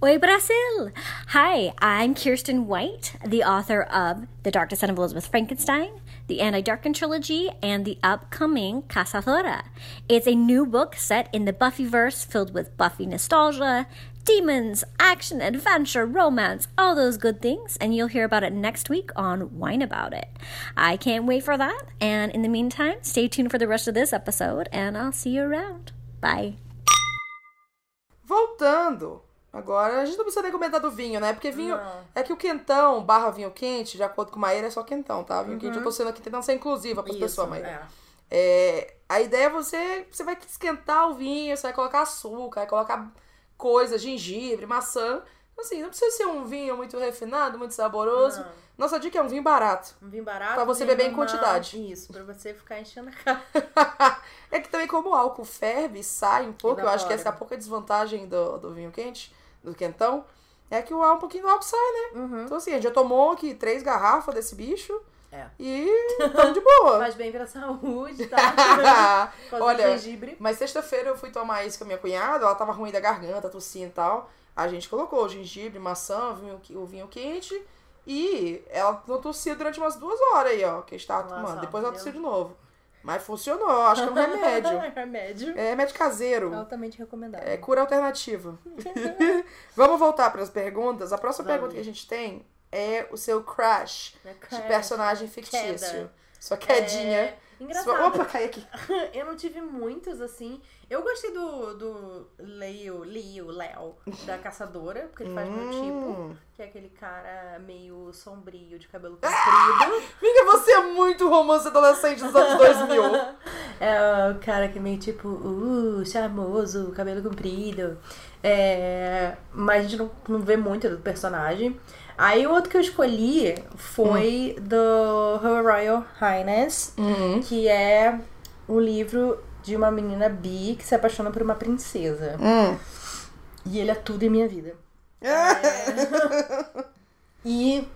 S3: Oi Brasil! Hi, I'm Kirsten White, the author of The Dark Descent of Elizabeth Frankenstein, the Anti-Darken trilogy, and the upcoming Cazadora. It's a new book set in the Buffyverse filled with Buffy nostalgia, demons, action, adventure, romance, all those good things, and you'll hear about it next week on Wine About It. I can't wait for that, and in the meantime, stay tuned for the rest of this episode, and I'll see you around. Bye!
S1: Voltando. Agora, a gente não precisa nem comentar do vinho, né? Porque vinho.
S2: Não.
S1: É que o quentão barra vinho quente, de acordo com Maíra, é só quentão, tá? Vinho quente eu tô sendo aqui tentando ser inclusiva pras pessoas, Maíra.
S2: Uhum. é.
S1: É, a ideia é você. Você vai esquentar o vinho, você vai colocar açúcar, vai colocar coisa, gengibre, maçã. Assim, não precisa ser um vinho muito refinado, muito saboroso.
S2: Não.
S1: Nossa dica é um vinho barato.
S2: Ah, Um vinho barato.
S1: Pra você
S2: vinho
S1: beber em
S2: normal.
S1: quantidade.
S2: Isso, pra você ficar enchendo a cara.
S1: é que também como o álcool ferve e sai um pouco, eu acho que
S2: Evapora.
S1: essa é a pouca desvantagem do, do vinho quente, do quentão, é que o álcool, um pouquinho do álcool sai, né?
S2: Uhum.
S1: Então assim, a gente já tomou aqui três garrafas desse bicho
S2: É.
S1: e tamo de boa.
S2: Faz bem pra saúde, tá? Por causa do
S1: Olha,
S2: gengibre.
S1: Mas sexta-feira eu fui tomar isso com a minha cunhada, ela tava ruim da garganta, tossindo e tal. A gente colocou gengibre, maçã, o vinho, o vinho quente. E ela não tossia durante umas duas horas aí, ó, que a gente tava
S2: Nossa,
S1: tomando. Depois ela
S2: meu
S1: tossiu de novo. Mas funcionou, eu acho que é um remédio.
S2: remédio.
S1: É remédio
S2: um
S1: caseiro.
S2: Altamente recomendado.
S1: É cura alternativa. Vamos voltar para as perguntas. A próxima
S2: Vamos.
S1: pergunta que a gente tem é o seu crush
S2: Né, cara?
S1: de personagem fictício.
S2: Queda.
S1: Sua quedinha.
S2: É,
S1: Sua... Opa,
S2: Engraçado.
S1: cai aqui.
S2: Eu não tive muitos, assim. Eu gostei do, do Leo, Leo, Léo, da Caçadora, porque ele faz meu tipo.
S1: Hum.
S2: Que é aquele cara meio sombrio, de cabelo comprido.
S1: Amiga, você é muito romance adolescente dos anos 2000.
S2: É o cara que é meio tipo, uh, charmoso, cabelo comprido. É, mas a gente não, não vê muito do personagem. Aí o outro que eu escolhi foi do Her Royal Highness,
S1: Uhum.
S2: que é o livro de uma menina bi que se apaixona por uma princesa.
S1: Hum.
S2: E ele é tudo em minha vida. É. e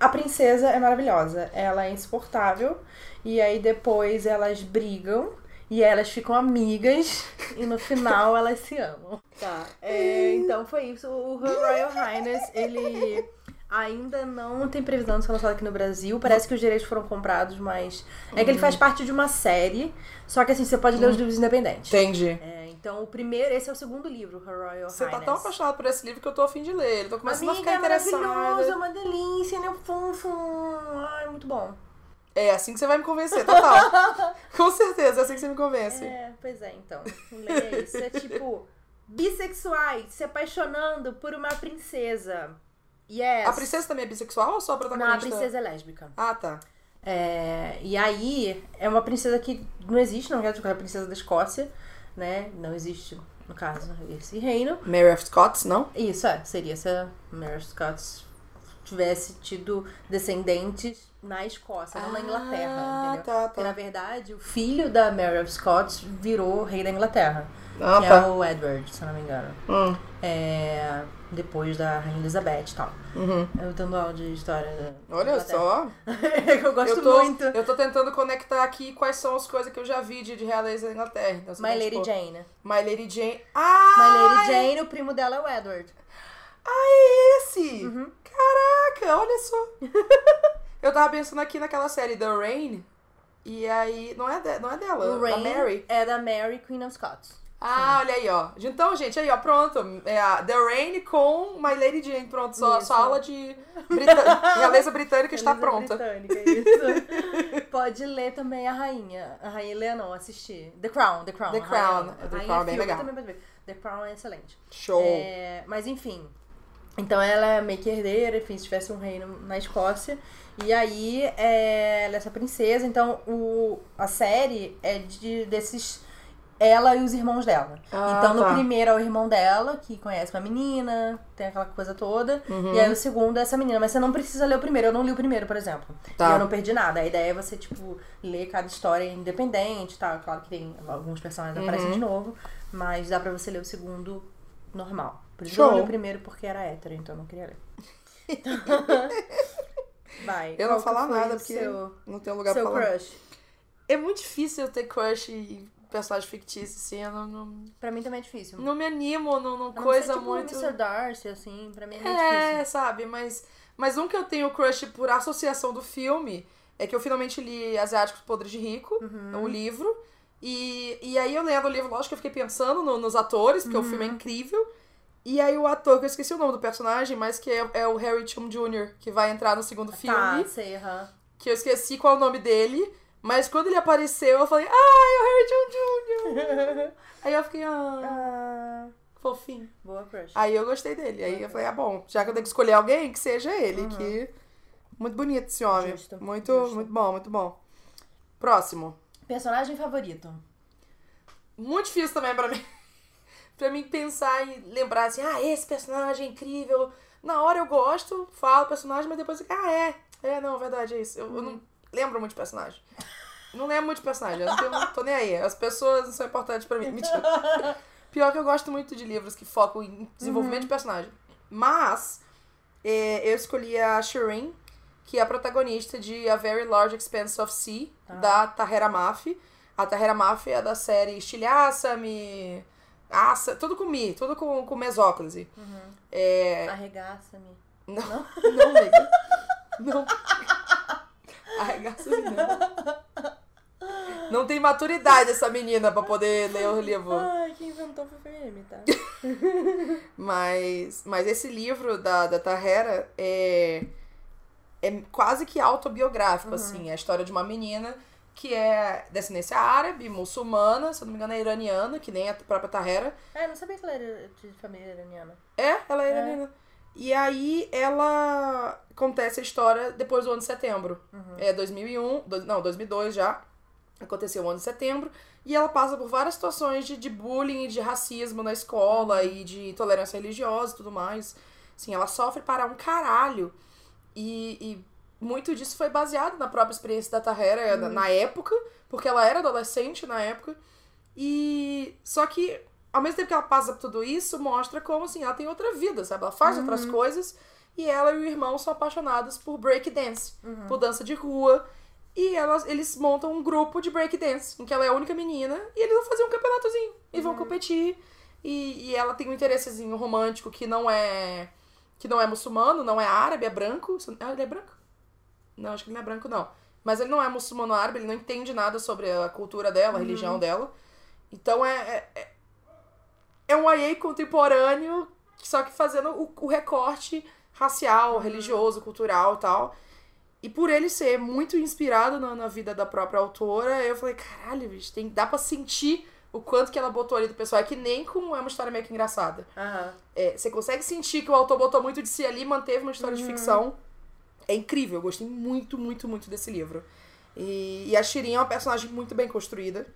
S2: a princesa é maravilhosa. Ela é insuportável. E aí depois elas brigam. E elas ficam amigas. E no final elas se amam. Tá. é, então foi isso. O Her Royal Highness, ele. Ainda não tem previsão de ser lançado aqui no Brasil. Parece que os direitos foram comprados, mas. É que ele faz parte de uma série. Só que assim, você pode ler os livros independentes.
S1: Entendi.
S2: É, então o primeiro, esse é o segundo livro, Her Royal
S1: Você tá
S2: Highness.
S1: tão apaixonado por esse livro que eu tô afim de ler. Eu tô começando
S2: Amiga,
S1: a
S2: é
S1: ficar
S2: maravilhoso, é
S1: interessada.
S2: uma delícia, né? Fofo. Ai, muito bom.
S1: É assim que você vai me convencer, total. Com certeza, é assim que você me convence.
S2: É, pois é, então. Leia isso. É tipo, bissexuais se apaixonando por uma princesa. Yes.
S1: A princesa também é bissexual ou só a
S2: Não, a
S1: protagonista?
S2: princesa é lésbica.
S1: Ah, tá.
S2: É, e aí, é uma princesa que não existe, não é tipo, é a princesa da Escócia, né? Não existe, no caso, esse reino.
S1: Mary of Scots, não?
S2: Isso, é. Seria se a Mary Scott tivesse tido descendentes na Escócia, não Tá na Inglaterra, entendeu?
S1: Tá,
S2: Porque, na
S1: tá.
S2: verdade, o filho da Mary Scott virou rei da Inglaterra,
S1: Ah,
S2: que
S1: tá.
S2: é o Edward, se eu não me engano.
S1: Hum.
S2: É, depois da Rainha Elizabeth e tal.
S1: Uhum.
S2: Eu dando aula de história da
S1: Olha
S2: Inglaterra.
S1: só.
S2: que eu gosto
S1: eu, tô,
S2: muito.
S1: eu tô tentando conectar aqui quais são as coisas que eu já vi de, de realeza da Inglaterra. Então, você
S2: My
S1: tem,
S2: Lady
S1: tipo,
S2: Jane.
S1: My Lady Jane. Ah!
S2: My Lady Jane, o primo dela é o Edward.
S1: É esse!
S2: Uhum.
S1: Caraca, olha só. eu tava pensando aqui naquela série The Rain. E aí, não é, de- não é dela,
S2: o
S1: é da
S2: Rain
S1: Mary.
S2: é da Mary, Queen of Scots.
S1: Ah, olha aí, ó. Então, gente, aí, ó, pronto. É a The Rain com My Lady Jane. Pronto, só,
S2: Isso.
S1: sua aula de brita- realeza britânica É está
S2: Beleza
S1: pronta.
S2: Britânica, é isso. Pode ler também a rainha. A rainha ler não, assistir. The Crown, The Crown.
S1: The
S2: a rainha
S1: Crown, The
S2: não. A rainha
S1: Crown é bem
S2: filme
S1: legal.
S2: também pode ver. The Crown é excelente.
S1: Show.
S2: É, mas enfim. Então ela é meio que herdeira, enfim, se tivesse um reino na Escócia. E aí é, ela é essa princesa. Então o, a série é de, desses. Ela e os irmãos dela.
S1: Ah,
S2: então no
S1: tá.
S2: primeiro é o irmão dela, que conhece uma menina, tem aquela coisa toda.
S1: Uhum.
S2: E aí o segundo é essa menina. Mas você não precisa ler o primeiro. Eu não li o primeiro, por exemplo.
S1: Tá.
S2: E eu não perdi nada. A ideia é você, tipo, ler cada história independente e tal. Claro que tem alguns personagens
S1: Uhum.
S2: aparecem de novo. Mas dá pra você ler o segundo normal. Por isso que eu não
S1: Show.
S2: li o primeiro porque era hétero, então eu não queria ler. Vai.
S1: Eu não vou
S2: qual
S1: falar
S2: que foi
S1: nada,
S2: o
S1: porque
S2: Seu,
S1: não tem um lugar
S2: seu
S1: pra falar.
S2: crush.
S1: É muito difícil eu ter crush em personagem fictício, assim. Eu não, não,
S2: Pra mim também é difícil.
S1: não me animo, não, não
S2: A não
S1: coisa
S2: ser, tipo,
S1: muito.
S2: O Mr. Darcy, assim, pra mim é muito
S1: É,
S2: difícil.
S1: sabe, mas, mas um que eu tenho crush por associação do filme é que eu finalmente li Asiáticos Podres de Rico, é
S2: Uhum.
S1: um livro. E, e aí eu lendo o livro, lógico que eu fiquei pensando no- nos atores, porque o filme é
S2: Uhum.
S1: incrível. E aí o ator, que eu esqueci o nome do personagem, mas que é, é o Harry Chum Jr., que vai entrar no segundo filme,
S2: Tá, sei, aham.
S1: que eu esqueci qual é o nome dele. Mas quando ele apareceu, eu falei, ai, é o Harry Chum Jr. aí eu fiquei, ah,
S2: Ah,
S1: fofinho.
S2: Boa crush.
S1: Aí eu gostei dele. Aí eu falei, ah, bom, já que eu tenho que escolher alguém, que seja ele. Que... Muito bonito esse homem.
S2: Uhum. Justo,
S1: muito,
S2: justo.
S1: muito bom, muito bom. Próximo.
S2: Personagem favorito.
S1: Muito difícil também pra mim. pra mim pensar e lembrar assim, ah, esse personagem é incrível. Na hora eu gosto, falo o personagem, mas depois eu fico, ah, é. É, não, verdade, é isso. Eu, eu não lembro muito de personagem. Não lembro muito de personagem, eu não tenho- não tô nem aí. As pessoas não são importantes pra mim. Mentira. Pior que eu gosto muito de livros que focam em desenvolvimento de personagem. Mas é, eu escolhi a Shireen, que é a protagonista de A Very Large Expanse of Sea,
S2: Tá.
S1: da Tahera Mafi. A Tahera Mafi é da série Estilhaça, Me... Aça, tudo com Mi, tudo com, com mesóclise.
S2: Arregaça-me.
S1: Não, não, amiga. Não. Arregaça não. Não tem maturidade essa menina pra poder ler o livro.
S2: Ai, quem inventou foi o FM, tá?
S1: Mas, mas esse livro da, da Tahera é, é quase que autobiográfico, assim. É a história de uma menina que é descendência árabe, muçulmana, se eu não me engano é iraniana, que nem a própria Tahera.
S2: Ah, eu não sabia que ela era de família iraniana.
S1: É, ela é
S2: É.
S1: iraniana. E aí ela acontece a história depois do ano de setembro. É 2001, do- não, 2002 já. Aconteceu o ano de setembro. E ela passa por várias situações de, de bullying, e de racismo na escola e de intolerância religiosa e tudo mais. Assim, ela sofre para um caralho. E, e muito disso foi baseado na própria experiência da Tahera na, na época, porque ela era adolescente na época. E só que ao mesmo tempo que ela passa por tudo isso, mostra como assim, ela tem outra vida, sabe? Ela faz outras coisas e ela e o irmão são apaixonados por breakdance, por dança de rua. E elas, eles montam um grupo de breakdance, em que ela é a única menina, e eles vão fazer um campeonatozinho. E vão competir. E, e ela tem um interessezinho romântico que não é. que não é muçulmano, não é árabe, é branco. Se- Ah, ele é branco? Não, acho que ele não é branco, não. Mas ele não é muçulmano árabe, ele não entende nada sobre a cultura dela, a religião dela. Então é, é- é um YA contemporâneo, só que fazendo o, o recorte racial, religioso, cultural e tal. E por ele ser muito inspirado na, na vida da própria autora, eu falei, caralho, bicho, tem, dá pra sentir o quanto que ela botou ali do pessoal. É que nem com é uma história meio que engraçada.
S2: Aham.
S1: É, você consegue sentir que o autor botou muito de si ali, manteve uma história de ficção. É incrível, eu gostei muito, muito, muito desse livro. E, e a Shirin é uma personagem muito bem construída.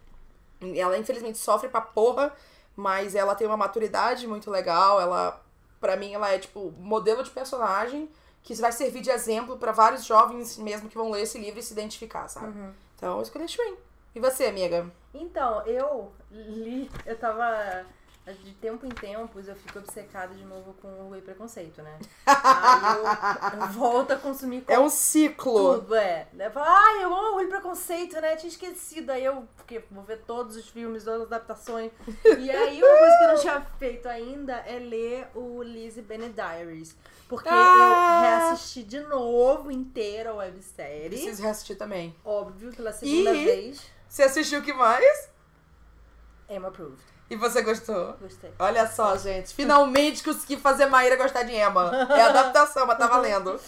S1: Ela, infelizmente, sofre pra porra, mas ela tem uma maturidade muito legal. Ela, pra mim, ela é, tipo, modelo de personagem que vai servir de exemplo pra vários jovens mesmo que vão ler esse livro e se identificar, sabe? Então, eu escolhi a Shirin. E você, amiga?
S2: Então, eu li, eu tava. De tempo em tempos eu fico obcecada de novo com Orgulho e Preconceito, né? Aí eu, eu volto a consumir
S1: É um ciclo.
S2: tudo, é. Daí eu falo, ai, eu amo Orgulho e Preconceito, né? Tinha esquecido. Aí eu, porque vou ver todos os filmes, todas as adaptações. E aí, uma coisa que eu não tinha feito ainda é ler o Lizzie Bennet Diaries. Porque
S1: Ah!
S2: eu reassisti de novo inteira a websérie.
S1: Preciso reassistir também.
S2: Óbvio, pela segunda
S1: E-
S2: vez.
S1: Você assistiu o que mais?
S2: Emma approved.
S1: E você gostou?
S2: Gostei.
S1: Olha só, gente. Finalmente consegui fazer Maíra gostar de Emma. É adaptação, mas tá valendo.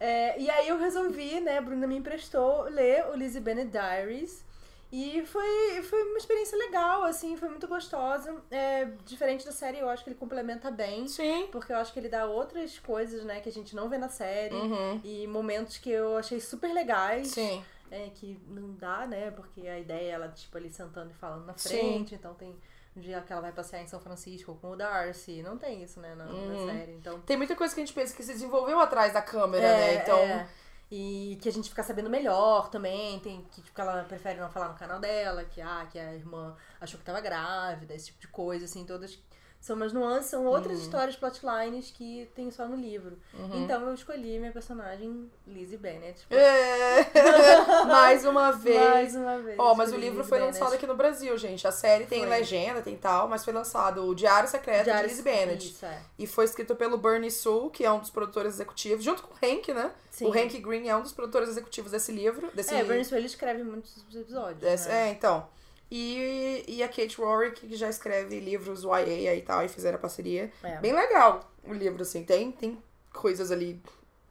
S2: É, e aí eu resolvi, né? A Bruna me emprestou ler o Lizzie Bennet Diaries. E foi, foi uma experiência legal, assim, foi muito gostosa. É, diferente da série, eu acho que ele complementa bem.
S1: Sim.
S2: Porque eu acho que ele dá outras coisas, né, que a gente não vê na série.
S1: Uhum.
S2: E momentos que eu achei super legais.
S1: Sim.
S2: É, que não dá, né? Porque a ideia é ela, tipo, ali sentando e falando na
S1: Sim.
S2: frente. Então tem um dia que ela vai passear em São Francisco com o Darcy. Não tem isso, né, na, na
S1: Uhum.
S2: série. Então.
S1: Tem muita coisa que a gente pensa que se desenvolveu atrás da câmera, né? Então.
S2: é. E que a gente fica sabendo melhor também. Tem que, tipo, que ela prefere não falar no canal dela, que, ah, que a irmã achou que tava grávida, esse tipo de coisa, assim, todas. São umas nuances, são outras
S1: Uhum.
S2: histórias, plotlines que tem só no livro. Então eu escolhi minha personagem Lizzie Bennett.
S1: É. Mais uma vez.
S2: Mais uma vez.
S1: Ó, mas o
S2: escolhi
S1: livro
S2: Lizzie
S1: foi
S2: Bennet.
S1: lançado aqui no Brasil, gente. A série tem
S2: Foi.
S1: legenda, tem tal, mas foi lançado o Diário Secreto
S2: Diário-
S1: de Liz Bennett.
S2: Isso, é.
S1: E foi escrito pelo Bernie Sue, que é um dos produtores executivos, junto com o Hank, né?
S2: Sim.
S1: O Hank Green é um dos produtores executivos desse livro. Desse,
S2: É, Bernie Sue, ele escreve muitos episódios.
S1: desse- É,
S2: né?
S1: então. E, e a Kate Warwick, que já escreve livros YA e tal, e fizeram a parceria.
S2: É.
S1: Bem legal o livro, assim. Tem, tem coisas ali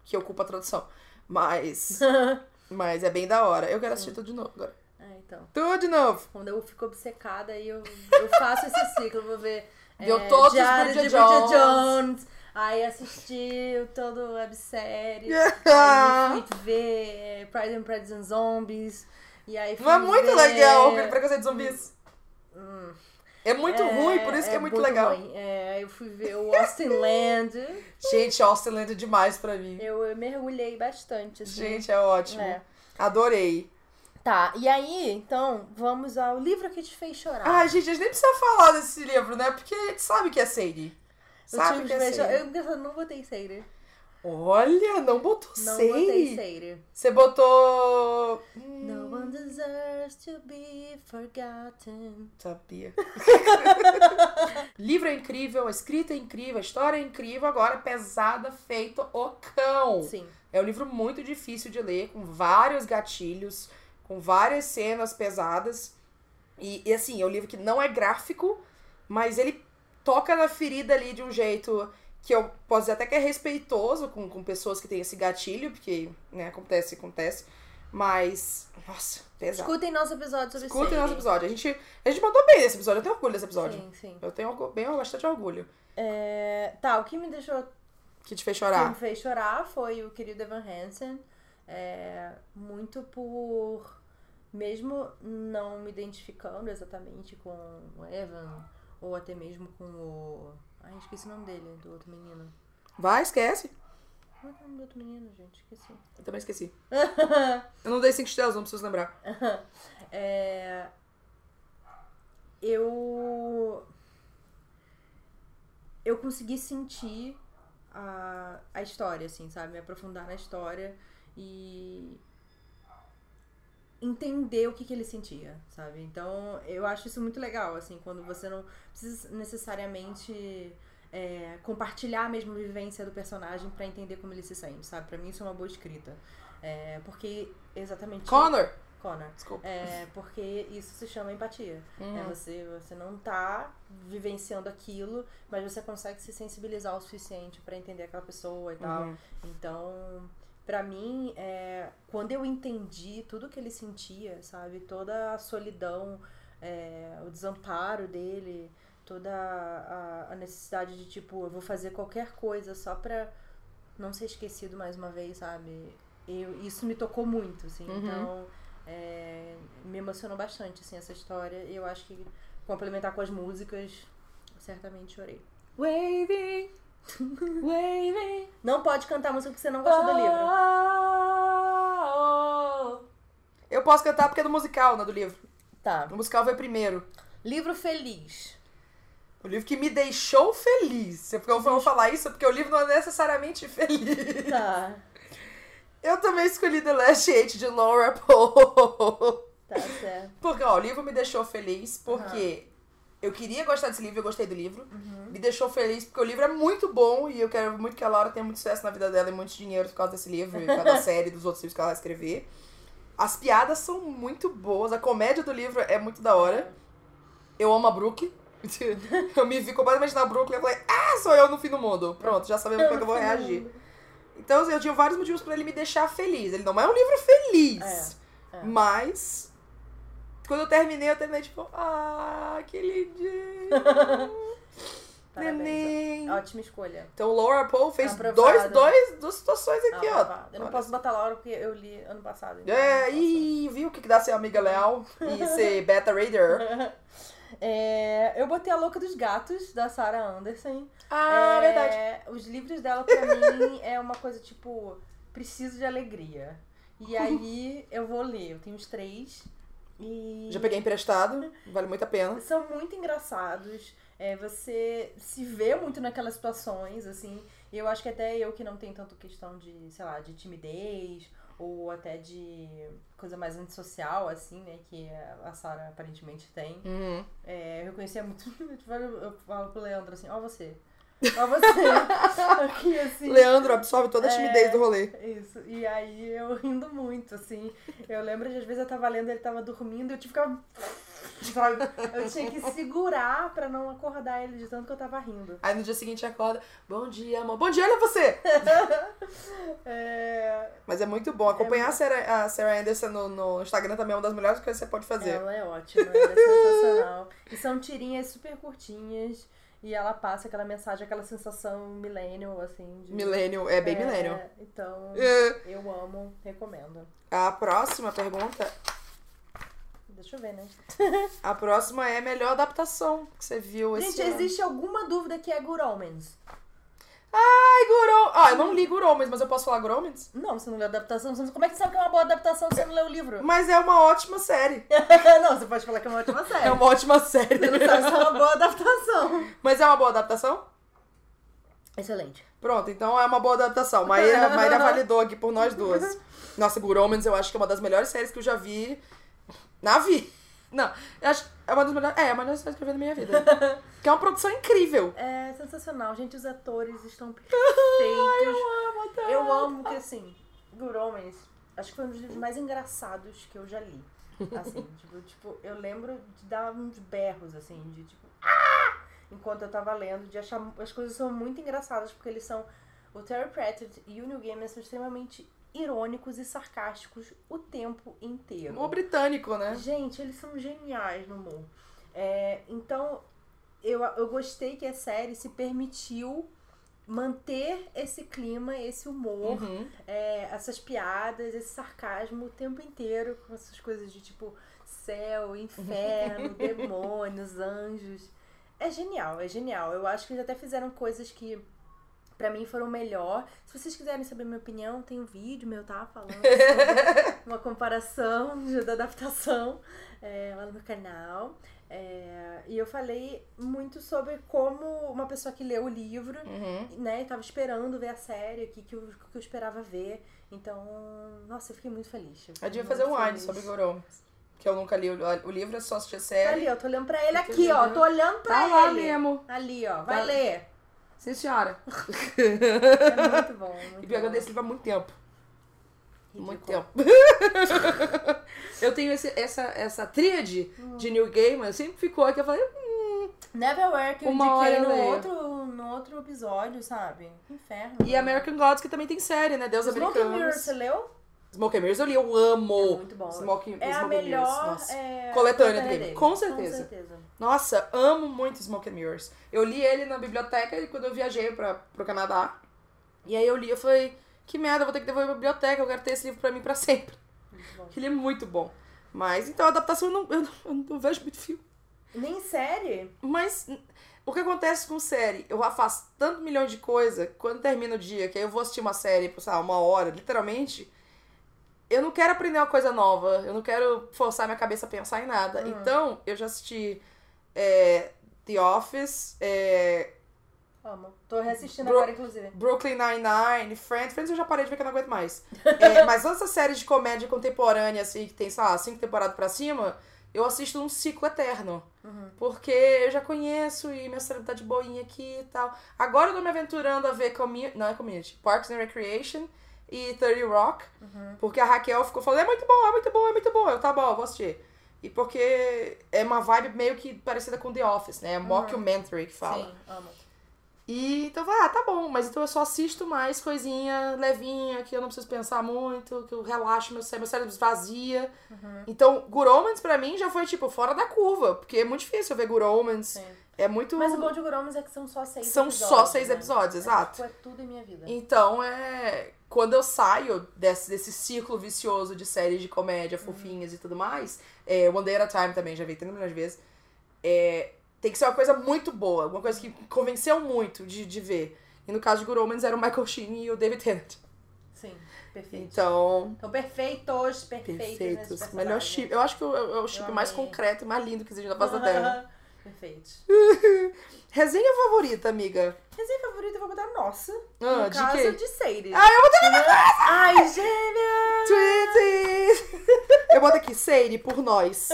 S1: que ocupa a tradução. Mas. mas é bem da hora. Eu quero assistir tudo de novo agora.
S2: É, então.
S1: Tudo de novo!
S2: Quando eu fico obcecada, aí eu, eu faço esse ciclo, eu vou ver. é,
S1: Deu todos os
S2: Diário
S1: Bridget
S2: de Bridget
S1: Jones.
S2: Jones. Aí assisti todo o websérie.
S1: Yeah.
S2: Aí fui ver é, Pride and Prejudice and Zombies. E aí fui
S1: Não é muito
S2: ver- Hum.
S1: legal aquele preconceito de zumbis. É muito
S2: É,
S1: ruim, por isso que é muito, legal.
S2: ruim. É, aí eu fui ver o Austin Land.
S1: Gente, Austin Land é demais pra mim.
S2: Eu, eu mergulhei bastante, assim.
S1: Gente, é ótimo.
S2: É.
S1: Adorei.
S2: Tá, e aí, então, vamos ao livro que te fez chorar.
S1: Ai, gente, a gente nem precisa falar desse livro, né? Porque a gente sabe que é Sadie. Sabe
S2: eu,
S1: que é
S2: tive
S1: Sadie.
S2: eu engraçado, não botei Seire.
S1: Olha, não botou
S2: Não botei
S1: Sadie.
S2: Seire.
S1: Você botou... Hum,
S2: No one deserves to be forgotten.
S1: Sabia. livro é incrível, a escrita é incrível, a história é incrível, agora pesada, feito o cão.
S2: Sim.
S1: É um livro muito difícil de ler, com vários gatilhos, com várias cenas pesadas. E, e, assim, é um livro que não é gráfico, mas ele toca na ferida ali de um jeito que eu posso dizer até que é respeitoso com, com pessoas que têm esse gatilho, porque, né, acontece, acontece. Mas, nossa, pesado.
S2: Escutem nosso episódio sobre
S1: Escutem
S2: Seire.
S1: nosso episódio. A gente, a gente mandou bem nesse episódio, eu tenho orgulho desse episódio.
S2: Sim, sim.
S1: Eu tenho orgu- bem, bastante orgulho.
S2: É, tá, o que me deixou
S1: Que te fez
S2: que
S1: chorar.
S2: me fez chorar foi o querido Evan Hansen. É, muito por. Mesmo não me identificando exatamente com o Evan, ou até mesmo com o. Ai, esqueci o nome dele, do outro menino.
S1: Vai, esquece.
S2: Como é que é o nome do outro menino, gente? Esqueci.
S1: Eu também esqueci. Eu não dei cinco estrelas, não preciso lembrar.
S2: É, eu eu consegui sentir a, a história assim sabe me aprofundar na história e entender o que, que ele sentia sabe então eu acho isso muito legal assim quando você não precisa necessariamente é, compartilhar a mesma vivência do personagem pra entender como ele se sente sabe Pra mim isso é uma boa escrita É, porque exatamente
S1: Connor!
S2: Connor
S1: Desculpa.
S2: é, porque isso se chama empatia.
S1: Hum.
S2: É você, você não tá vivenciando aquilo, mas você consegue se sensibilizar o suficiente pra entender aquela pessoa e tal.
S1: Uhum.
S2: Então, pra mim, é, quando eu entendi tudo que ele sentia, sabe? Toda a solidão, é, o desamparo dele, toda a, a necessidade de, tipo, eu vou fazer qualquer coisa só pra não ser esquecido mais uma vez, sabe? Eu, isso me tocou muito, assim.
S1: Uhum.
S2: Então, é, me emocionou bastante, assim, essa história. E eu acho que complementar com as músicas, certamente chorei.
S1: Waving, waving. Ah,
S2: Não pode cantar música porque você não gostou do livro.
S1: oh. Eu posso cantar porque é do musical, não é do livro.
S2: Tá.
S1: O musical veio primeiro.
S2: Livro feliz.
S1: O livro que me deixou feliz. É porque eu vou
S2: Uhum.
S1: falar isso porque o livro não é necessariamente feliz.
S2: Tá.
S1: Eu também escolhi The Last Eight de Laura Poe.
S2: Tá certo.
S1: Porque, ó, o livro me deixou feliz porque eu queria gostar desse livro, eu gostei do livro. Me deixou feliz porque o livro é muito bom e eu quero muito que a Laura tenha muito sucesso na vida dela e muito dinheiro por causa desse livro e por causa da série e dos outros livros que ela vai escrever. As piadas são muito boas, a comédia do livro é muito da hora. Eu amo a Brooke. Eu me vi completamente na Brooke e eu falei, ah, sou eu no fim do mundo. Pronto, já sabemos como é que eu vou reagir. Então, assim, eu tinha vários motivos pra ele me deixar feliz. Ele não é um livro feliz.
S2: É, é.
S1: Mas Quando eu terminei, eu terminei tipo, ah, que lindinho.
S2: Parabéns,
S1: Neném.
S2: ó. Ótima escolha.
S1: Então, Laura Paul fez
S2: Aprovado.
S1: dois, dois, duas situações aqui,
S2: Ah,
S1: ó.
S2: tá. Eu não
S1: Olha.
S2: posso botar Laura porque eu li ano passado. então eu não
S1: É,
S2: posso.
S1: e viu o que que dá ser amiga leal e ser beta raider?
S2: É, eu botei a Louca dos Gatos, da Sarah Anderson.
S1: Ah,
S2: É,
S1: verdade.
S2: Os livros dela, pra mim, é uma coisa tipo, preciso de alegria. E aí eu vou ler. Eu tenho os três. E.
S1: Já peguei emprestado, vale muito a pena.
S2: São muito engraçados. é, você se vê muito naquelas situações, assim. E eu acho que até eu que não tenho tanto questão de, sei lá, de timidez ou até de coisa mais antissocial, assim, né? Que a Sarah aparentemente tem.
S1: Uhum.
S2: É, eu reconhecia muito. Eu falo, eu falo pro Leandro assim, ó você. Ó você. Aqui, assim.
S1: Leandro absorve toda a timidez do rolê.
S2: Isso. E aí eu rindo muito, assim. Eu lembro de às vezes eu tava lendo, ele tava dormindo, eu tinha que ficar. sabe? Eu tinha que segurar pra não acordar ele de tanto que eu tava rindo.
S1: Aí no dia seguinte acorda, bom dia, amor. Bom dia, olha você!
S2: É,
S1: Mas é muito bom. Acompanhar a, Sarah, a Sarah Anderson no, no Instagram também é uma das melhores coisas que você pode fazer.
S2: Ela é ótima, ela é sensacional. E são tirinhas super curtinhas. E ela passa aquela mensagem, aquela sensação millennial, assim. De...
S1: Millennial, é bem
S2: É,
S1: millennial.
S2: Então,
S1: É.
S2: eu amo, recomendo.
S1: A próxima pergunta,
S2: Deixa eu ver, né?
S1: a próxima é a melhor adaptação que você viu esse
S2: Gente,
S1: ano.
S2: existe alguma dúvida que é Good Omens?
S1: Ai, Gurou! Ah, eu não li Guromens, mas eu posso falar Guromens?
S2: Não, você não leu a adaptação. Você não... Como é que você sabe que é uma boa adaptação se você não leu o livro?
S1: Mas é uma ótima série.
S2: não, você pode falar que é uma ótima série.
S1: É uma ótima série.
S2: Você não sabe se é uma boa adaptação.
S1: Mas é uma boa adaptação?
S2: Excelente.
S1: Pronto, então é uma boa adaptação. Maíra, Maíra validou aqui por nós duas. Nossa, Good Omens eu acho que é uma das melhores séries que eu já vi na vida. Não, eu acho que é uma das melhores. É, é uma das melhores séries que eu vi na minha vida. Que é uma produção incrível.
S2: É sensacional, gente. Os atores estão perfeitos. eu amo que, assim, Good Omens, acho que foi um dos livros mais engraçados que eu já li. Assim, tipo, tipo, eu lembro de dar uns berros, assim, de tipo, "Ah!" enquanto eu tava lendo, de achar. As coisas são muito engraçadas, porque eles são. O Terry Pratchett e o Neil Gaiman são extremamente irônicos e sarcásticos o tempo inteiro.
S1: O britânico, né?
S2: Gente, eles são geniais no humor. É, então, eu, eu gostei que a série se permitiu manter esse clima, esse humor,
S1: Uhum.
S2: é, essas piadas, esse sarcasmo o tempo inteiro, com essas coisas de tipo céu, inferno, demônios, anjos. É genial, é genial. Eu acho que eles até fizeram coisas que pra mim foram melhor. Se vocês quiserem saber minha opinião, tem um vídeo meu, tá? Falando sobre uma comparação de- da adaptação é, lá no meu canal. É, e eu falei muito sobre como uma pessoa que leu o livro
S1: Uhum.
S2: né, tava esperando ver a série aqui que eu, que eu esperava ver. Então, nossa, eu fiquei muito feliz.
S1: Eu devia
S2: muito
S1: fazer um
S2: feliz.
S1: áudio sobre Good Omens. Que eu nunca li. O o livro é só assistir a
S2: Tá
S1: série.
S2: ali, ó, tô olhando pra ele
S1: Eu tô
S2: aqui, ó.
S1: olhando.
S2: Tô olhando pra
S1: Tá lá
S2: ele.
S1: mesmo.
S2: Ali, ó. Vai
S1: Tá-
S2: ler.
S1: Sim, senhora.
S2: É muito bom. Muito
S1: E pior que eu
S2: bom.
S1: dei esse livro há muito tempo.
S2: Uhum. Ridículo.
S1: Muito tempo. eu tenho esse- essa, essa tríade
S2: Hum.
S1: de New Game, eu sempre ficou aqui, eu falei,
S2: Neverwhere que eu
S1: Uma hora
S2: indiquei
S1: eu
S2: no
S1: leio.
S2: outro, no outro episódio, sabe? Que Inferno.
S1: e American Gods, que também tem série, né? Deus
S2: Smoke and Mirror,
S1: Americanos.
S2: você leu?
S1: Smoke and Mirrors eu li, eu amo.
S2: É muito bom.
S1: Smoke,
S2: É a
S1: Smoke and
S2: melhor
S1: Oh, Mirrors, nossa.
S2: é,
S1: Coletânea dele,
S2: dele.
S1: com certeza.
S2: Com certeza.
S1: Nossa, amo muito Smoke and Mirrors. Eu li ele na biblioteca e quando eu viajei pra, pro Canadá. E aí eu li, eu falei, que merda, eu vou ter que devolver pra biblioteca, eu quero ter esse livro pra mim pra sempre.
S2: Muito bom.
S1: Porque ele é muito bom. Mas, então, a adaptação eu não, eu não, eu não vejo muito filme.
S2: Nem série?
S1: Mas n- o que acontece com série? Eu afasto tanto milhão de coisa quando termina o dia, que aí eu vou assistir uma série por, sei lá, uma hora, literalmente. Eu não quero aprender uma coisa nova. Eu não quero forçar minha cabeça a pensar em nada. Então, eu já assisti é, The Office, é,
S2: Amo. Tô reassistindo
S1: Bro-
S2: agora, inclusive.
S1: Brooklyn Nine-Nine, Friends. Friends eu já parei de ver que eu não aguento mais. É, mas todas essas séries de comédia contemporânea, assim, que tem, sei lá, cinco temporadas pra cima, eu assisto num ciclo eterno.
S2: Uhum.
S1: Porque eu já conheço e minha cérebro tá de boinha aqui e tal. Agora eu tô me aventurando a ver commu- não é community, Parks and Recreation e 30 Rock. Porque a Raquel ficou falando, é muito bom, é muito bom, é muito bom. Eu, tá bom, eu vou assistir. E porque é uma vibe meio que parecida com The Office, né? É Mockumentary que fala.
S2: Sim, amo.
S1: E então eu falei, ah, tá bom, mas então eu só assisto mais coisinha levinha, que eu não preciso pensar muito, que eu relaxo meu cérebro, meu cérebro esvazia.
S2: Uhum.
S1: Então, Good Omens pra mim já foi, tipo, fora da curva, porque é muito difícil eu ver Good Omens.
S2: Sim.
S1: É muito.
S2: Mas o bom de Goromes é que são só seis
S1: São
S2: episódios.
S1: só seis
S2: né?
S1: episódios,
S2: É,
S1: exato.
S2: tipo, É, tudo em minha vida.
S1: Então, é. Quando eu saio desse, desse círculo vicioso de séries de comédia,
S2: Uhum.
S1: fofinhas e tudo mais, é, One Day at a Time também, já vi 30 milhões de vezes. é, tem que ser uma coisa muito boa, uma coisa que convenceu muito de, de ver. E no caso de Good Omens era o Michael Sheen e o David Tennant.
S2: Sim, perfeito.
S1: Então,
S2: Então, perfeitos, perfeitos.
S1: perfeitos. Melhor chip. Eu acho que é o- é o chip mais
S2: amei.
S1: concreto e mais lindo que tá existe na face da Terra.
S2: Perfeitos.
S1: Resenha favorita, amiga?
S2: Resenha favorita, eu vou botar nossa.
S1: Ah,
S2: no
S1: de
S2: caso,
S1: quê?
S2: de Seire.
S1: Ah, eu botei
S2: Ai, gêmea!
S1: Tweety! Eu boto aqui, Sadie, por nós.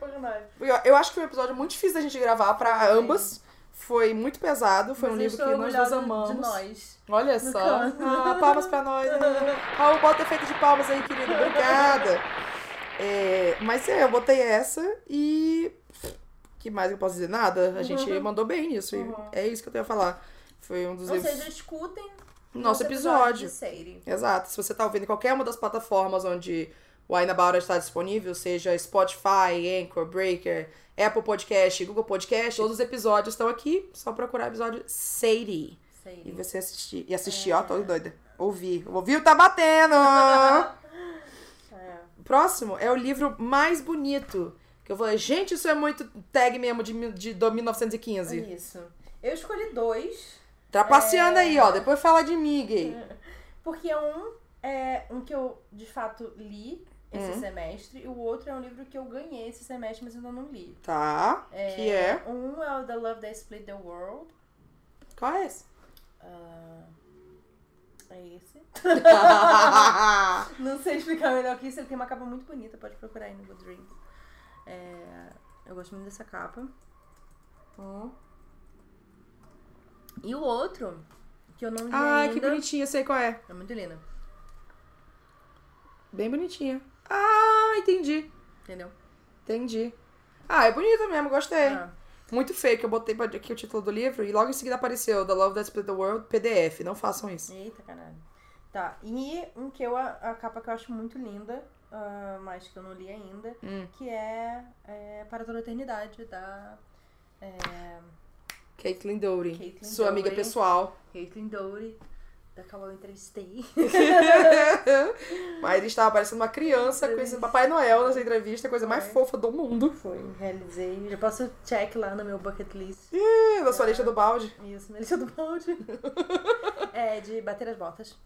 S2: Por nós.
S1: Eu, eu acho que foi um episódio muito difícil da gente gravar pra ambas. Foi muito pesado, foi um
S2: Vocês
S1: livro que
S2: estão
S1: nós duas
S2: orgulhosos
S1: amamos.
S2: De nós.
S1: Olha
S2: No
S1: só.
S2: canto.
S1: Ah, palmas pra nós. né? Raul, bota efeito de palmas aí, querido. Obrigada. É, mas é, eu botei essa e. que mais eu posso dizer? Nada. A gente mandou bem nisso. e
S2: Uhum.
S1: É isso que eu tenho a falar. Foi um dos
S2: Ou
S1: livros.
S2: seja, escutem
S1: Nosso
S2: episódio
S1: episódio.
S2: de Seire.
S1: Exato. Se você tá ouvindo em qualquer uma das plataformas onde o Aina Baura está disponível, seja Spotify, Anchor, Breaker, Apple Podcast, Google Podcast, todos os episódios estão aqui. Só procurar o episódio Sadie e
S2: Seire.
S1: você assistir. E assistir, ó, tô doida. Ouvir. O ouvido tá batendo!
S2: É.
S1: Próximo é o livro mais bonito. Que eu falei, gente, isso é muito tag mesmo de, mil- de, do 1915.
S2: Isso. Eu escolhi dois,
S1: Trapaceando Tá aí, ó. Depois fala de mim, gay.
S2: porque um é um que eu de fato li esse
S1: Hum.
S2: semestre, e o outro é um livro que eu ganhei esse semestre, mas ainda não li.
S1: Tá? Que é.
S2: Um é o The Love That Split the World.
S1: Qual é esse?
S2: É esse. Não sei explicar melhor que isso. Ele tem uma capa muito bonita, pode procurar aí no Goodreads. É, eu gosto muito dessa capa. Hum. E o outro, que eu não li
S1: Ai,
S2: ainda.
S1: que bonitinha, sei qual é.
S2: É muito linda,
S1: Bem bonitinha. Ah, entendi.
S2: entendeu?
S1: Entendi. Ah, é bonita mesmo, gostei.
S2: Ah,
S1: Muito feio que eu botei pra- aqui o título do livro e logo em seguida apareceu The Love That Split the World PDF. Não façam isso.
S2: eita, caralho. Tá, e um que eu, a, a capa que eu acho muito linda, ah, mas que eu não li ainda,
S1: Hum.
S2: que é, é Para Toda a Eternidade, da
S1: Caitlin Dowry,
S2: Caitlin
S1: sua
S2: Dowry.
S1: amiga pessoal.
S2: Caitlin Dowry, da qual eu entrevistei.
S1: Mas ele estava parecendo uma criança com esse Papai Noel nessa entrevista, a coisa mais
S2: Foi.
S1: fofa do mundo.
S2: Foi, realizei. Já posso check lá no meu bucket list.
S1: Ih, Da sua lista do balde.
S2: Isso, minha lista do balde. é, de bater as botas.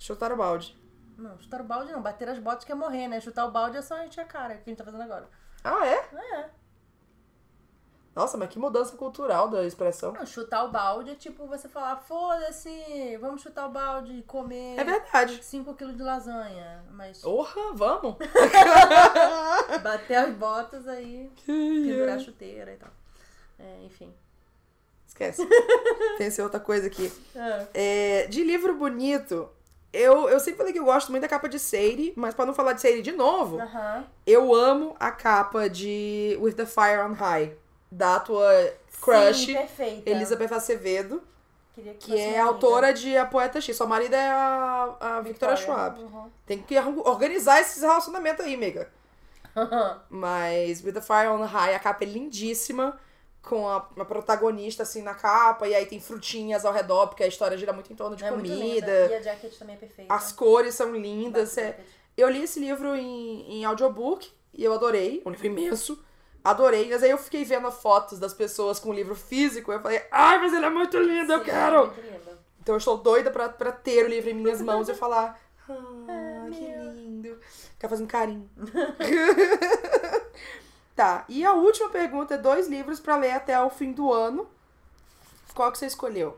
S1: Chutar o balde.
S2: Não, chutar o balde não. Bater as botas que é morrer, né? Chutar o balde é só encher a cara, que a gente tá fazendo agora.
S1: Ah, é?
S2: É.
S1: Nossa, mas que mudança cultural da expressão.
S2: Não, chutar o balde é tipo você falar, foda-se, vamos chutar o balde e
S1: É
S2: comer
S1: verdade.
S2: 5 quilos de lasanha. Mas
S1: Porra, vamos! É.
S2: bater as botas aí, pendurar a chuteira e tal. É, enfim.
S1: Esquece. Pensei em outra coisa aqui.
S2: É.
S1: É, de livro bonito, eu, eu sempre falei que eu gosto muito da capa de Seire, mas pra não falar de Seire de novo,
S2: Aham.
S1: eu amo a capa de With the Fire on High, da tua crush,
S2: Sim, perfeita.
S1: Elizabeth Acevedo,
S2: Queria que
S1: que
S2: fosse
S1: é
S2: minha
S1: autora de A Poeta X. Sua marida é a, a
S2: amiga.
S1: Victoria Schwab.
S2: Uhum.
S1: Tem que arru- organizar esses relacionamentos aí, amiga. Mas With the Fire on High, a capa é lindíssima, com a, a protagonista assim na capa, e aí tem frutinhas ao redor, porque a história gira muito em torno de
S2: É muito
S1: comida.
S2: linda. E a jacket também é perfeita.
S1: As cores são lindas.
S2: Bate
S1: é-
S2: jacket.
S1: Eu li esse livro em, em audiobook e eu adorei. Um livro imenso. Adorei. Mas aí eu fiquei vendo fotos das pessoas com o livro físico. Eu falei, ai, mas ele é muito lindo, eu
S2: Sim,
S1: quero!
S2: muito linda.
S1: Então eu estou doida pra, pra ter o livro em minhas mãos e falar. Ah, que lindo. Ficar fazendo carinho. tá, e a última pergunta é dois livros pra ler até o fim do ano. Qual que você escolheu?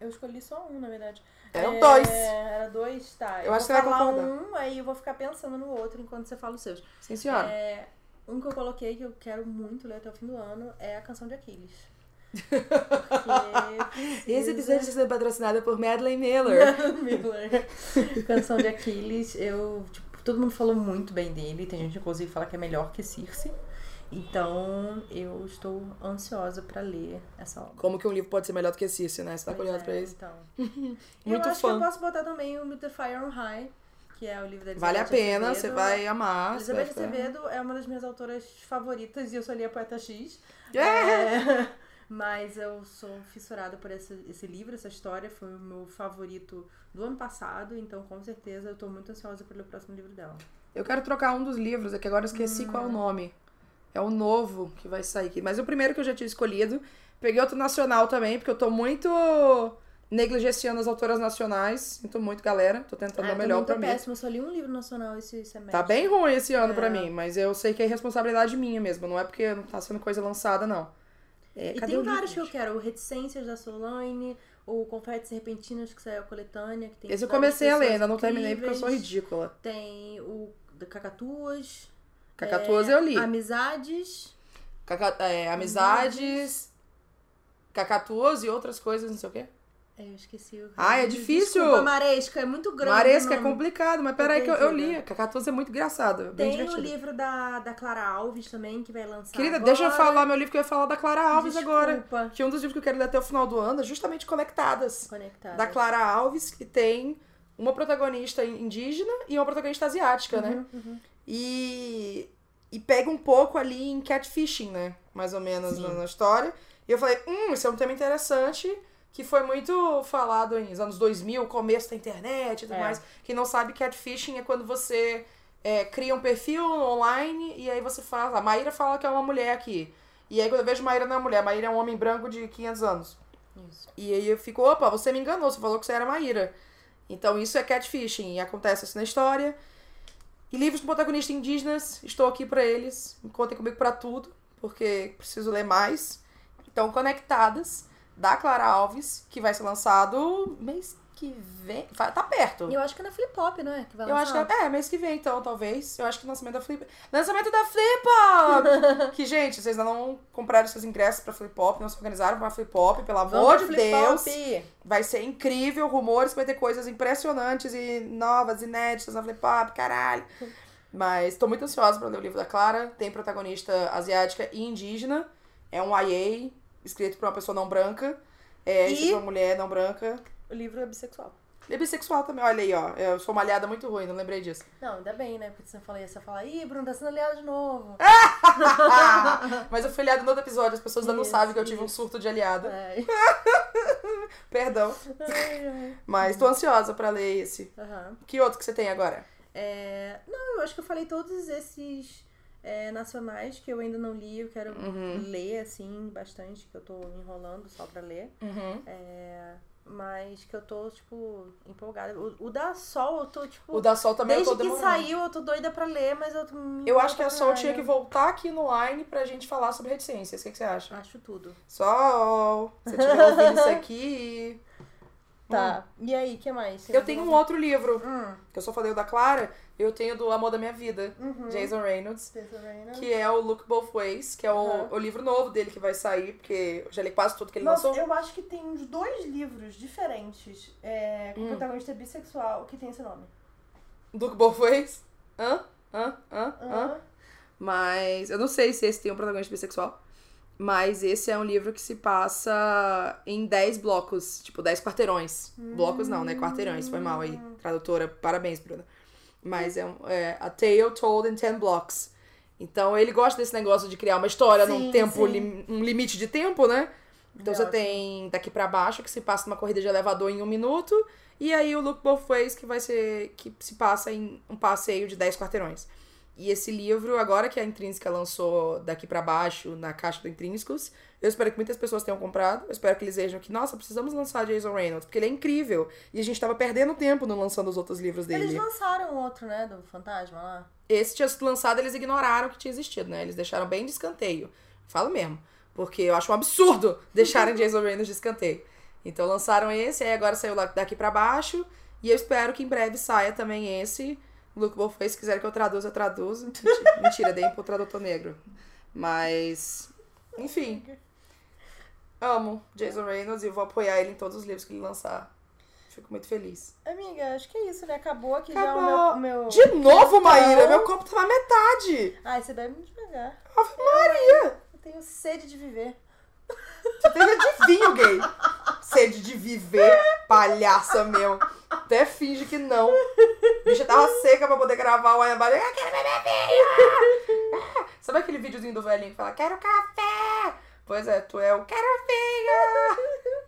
S2: Eu escolhi só um, na verdade.
S1: Eram
S2: É,
S1: dois.
S2: Era dois, tá.
S1: Eu acho
S2: vou
S1: que você vai
S2: falar
S1: concordar.
S2: um, aí eu vou ficar pensando no outro enquanto você fala os seus.
S1: Sim, senhora.
S2: É, um que eu coloquei, que eu quero muito ler até o fim do ano, é a Canção de Aquiles. Porque
S1: É, Esse é episódio está sendo patrocinado por Madeleine Miller. né?
S2: Miller. Canção de Aquiles, eu, tipo, todo mundo falou muito bem dele. Tem gente, inclusive, que fala que é melhor que Circe. Então, eu estou ansiosa pra ler essa obra.
S1: Como que um livro pode ser melhor do que Circe, né? Você tá com
S2: Pois
S1: olhado
S2: é,
S1: pra isso.
S2: Então. eu
S1: Muito
S2: acho que
S1: fã.
S2: eu posso botar também o The Fire on High, que é o livro da Elizabeth
S1: Vale a pena, você
S2: Azevedo.
S1: vai amar. você vai
S2: Elizabeth
S1: ficar-
S2: Acevedo é uma das minhas autoras favoritas e eu só li a Poeta X.
S1: É!
S2: É, mas eu sou fissurada por esse, esse livro, essa história. Foi o meu favorito do ano passado, então com certeza eu tô muito ansiosa pelo próximo livro dela.
S1: Eu quero trocar um dos livros, é que agora eu esqueci
S2: Ah.
S1: qual é o nome. É o novo que vai sair aqui. Mas o primeiro que eu já tinha escolhido. Peguei outro nacional também, porque eu tô muito negligenciando as autoras nacionais. Sinto muito, galera. Tô tentando dar o Tá melhor pra
S2: Ah, tô
S1: mim.
S2: péssima, eu só li um livro nacional esse semestre.
S1: Tá bem ruim esse ano pra mim, mas eu sei que é responsabilidade minha mesmo. Não é porque não tá sendo coisa lançada, não. É,
S2: E
S1: cadê
S2: tem
S1: o livro,
S2: vários que eu
S1: gente?
S2: quero, o Reticências da Solane, o Confetes Repentinos, que saiu a coletânea. Que tem
S1: Esse eu
S2: várias
S1: comecei a ler,
S2: pessoas
S1: ainda não terminei porque eu sou
S2: incríveis.
S1: ridícula.
S2: Tem o do Cacatuas.
S1: Cacatuas
S2: é,
S1: eu li.
S2: Amizades.
S1: Caca- é, amizades, cacatuas e outras coisas, não sei o quê.
S2: É, Eu esqueci o.
S1: Ah, é difícil.
S2: Desculpa, Maresca, é muito grande.
S1: Maresca
S2: o
S1: é
S2: nome.
S1: complicado, mas peraí que eu, eu
S2: Entendi, né?
S1: li. Cacatuas é muito engraçado, é bem
S2: Tem o
S1: divertido.
S2: livro da, da Clara Alves também, que vai lançar.
S1: Querida,
S2: agora.
S1: deixa eu falar meu livro que eu ia falar da Clara Alves agora.
S2: Desculpa.
S1: Que um dos livros que eu quero ler até o final do ano é justamente Conectadas.
S2: Conectada.
S1: Da Clara Alves, que tem uma protagonista indígena e uma protagonista asiática, né? E, e pega um pouco ali em catfishing, né? Mais ou menos na, na história. E eu falei, hum, isso é um tema interessante, que foi muito falado nos anos 2000, começo da internet e tudo
S2: É.
S1: mais. Quem não sabe, catfishing é quando você é, cria um perfil online e aí você fala, a Maíra fala que é uma mulher aqui. E aí quando eu vejo Maíra não é mulher, Maíra é um homem branco de 500 anos.
S2: Isso.
S1: E aí eu fico, opa, você me enganou, você falou que você era Maíra. Então isso é catfishing, e acontece assim na história. E livros com protagonistas indígenas, estou aqui pra eles, contem comigo pra tudo, porque preciso ler mais. Então, Conectadas, da Clara Alves, que vai ser lançado mês que vem. Fa- Tá perto.
S2: E eu acho que é na Flip Hop, não é? Que vai
S1: Eu acho que
S2: lançar.
S1: é, é, mês que vem, então, talvez. Eu acho que o lançamento da Flip. Lançamento da Flip Hop! que, gente, vocês ainda não compraram seus ingressos pra Flip Hop, não se organizaram pra Flip Hop, pelo amor de Deus. Vai ser incrível, rumores, vai ter coisas impressionantes e novas, inéditas na Flip Hop, caralho. Mas tô muito ansiosa pra ler o livro da Clara. Tem protagonista asiática e indígena. É um YA, escrito por uma pessoa não branca. É,
S2: E-
S1: escrito por uma mulher não branca.
S2: O livro é bissexual.
S1: E bissexual também, olha aí, ó. Eu sou malhada muito ruim, não lembrei disso.
S2: Não, ainda bem, né? Porque você não fala isso, você fala, ih, Bruno, tá sendo aliado de novo.
S1: É. Ah, Mas eu fui aliada no outro episódio, as pessoas ainda não
S2: Isso,
S1: sabem que eu tive
S2: isso. É.
S1: um surto de aliada.
S2: Ai.
S1: Perdão.
S2: Ai, ai.
S1: Mas tô ansiosa pra ler esse.
S2: Aham.
S1: Que outro que você tem agora?
S2: É, Não, eu acho que eu falei todos esses é, nacionais que eu ainda não li, eu quero
S1: Uhum.
S2: ler, assim, bastante, que eu tô me enrolando só pra ler.
S1: Uhum.
S2: Mas que eu tô, tipo, empolgada. O, o da Sol, eu tô, tipo.
S1: O da Sol também
S2: desde
S1: eu tô
S2: que
S1: demorando.
S2: saiu, eu tô doida pra ler, mas eu é tô. me
S1: Eu acho que a
S2: empolgando
S1: Sol
S2: pra
S1: tinha que
S2: caralho.
S1: voltar aqui no Line pra gente falar sobre reticências. O que, que você acha?
S2: Acho tudo.
S1: Sol, se você estiver ouvindo isso aqui. Hum.
S2: Tá. E aí, o que mais?
S1: Eu tenho um outro livro,
S2: Hum.
S1: que eu só falei o da Clara, eu tenho do Amor da Minha Vida,
S2: Uhum.
S1: Jason Reynolds, que é o Look Both Ways, que é o,
S2: Uhum.
S1: o livro novo dele que vai sair, porque eu já li quase tudo que ele
S4: Nossa,
S1: lançou.
S4: eu acho que tem uns dois livros diferentes é,
S2: Hum.
S4: com protagonista bissexual que tem esse nome.
S1: Look Both Ways. Hã? Hã? Hã?
S2: Uhum.
S1: Hã?
S4: Aham.
S1: Mas eu não sei se esse tem um protagonista bissexual. Mas esse é um livro que se passa em 10 blocos, tipo 10 quarteirões. Blocos não, né? Quarteirões, foi mal aí.
S4: Hum.
S1: Tradutora, parabéns, Bruna. Mas é, um, é A Tale Told in 10 Blocks. Então ele gosta desse negócio de criar uma história num
S4: Sim,
S1: tempo,
S4: sim. É
S1: lim- um limite de tempo, né? Então
S2: Eu
S1: você
S2: acho.
S1: tem daqui pra baixo que se passa numa corrida de elevador em um minuto. E aí o Look Both Ways que vai ser. que se passa em um passeio de 10 quarteirões. E esse livro, agora que a Intrínseca lançou daqui pra baixo, na caixa do Intrínsecos, eu espero que muitas pessoas tenham comprado. Eu espero que eles vejam que, nossa, precisamos lançar Jason Reynolds, porque ele é incrível. E a gente tava perdendo tempo no lançando os outros livros dele.
S2: Eles lançaram outro, né? Do Fantasma lá.
S1: Esse tinha sido lançado, eles ignoraram que tinha existido, né? Eles deixaram bem de escanteio. Falo mesmo. Porque eu acho um absurdo deixarem Jason Reynolds de escanteio. Então lançaram esse, aí agora saiu lá- daqui pra baixo. E eu espero que em breve saia também esse. Luke Wolfway, se quiser que eu traduza, eu traduzo. Mentira, Mentira, dei pro tradutor negro. Mas. Enfim. Amo Jason Reynolds e vou apoiar ele em todos os livros que ele lançar. Fico muito feliz.
S2: Amiga, acho que é isso, né? Acabou aqui
S1: Acabou.
S2: já o meu. o meu...
S1: De novo, Maíra! Meu copo tá na metade!
S2: Ai, você deve me devagar.
S1: Ah, Ave Maria!
S2: Eu tenho sede de viver.
S1: Você tem de vinho, gay. Sede de viver, palhaça meu. Até finge que não. Bicha tava seca pra poder gravar o Ana Bárbara. Eu quero beber vinho! Ah! Sabe aquele videozinho do velhinho que fala, quero café? Pois é, tu é o quero vinho!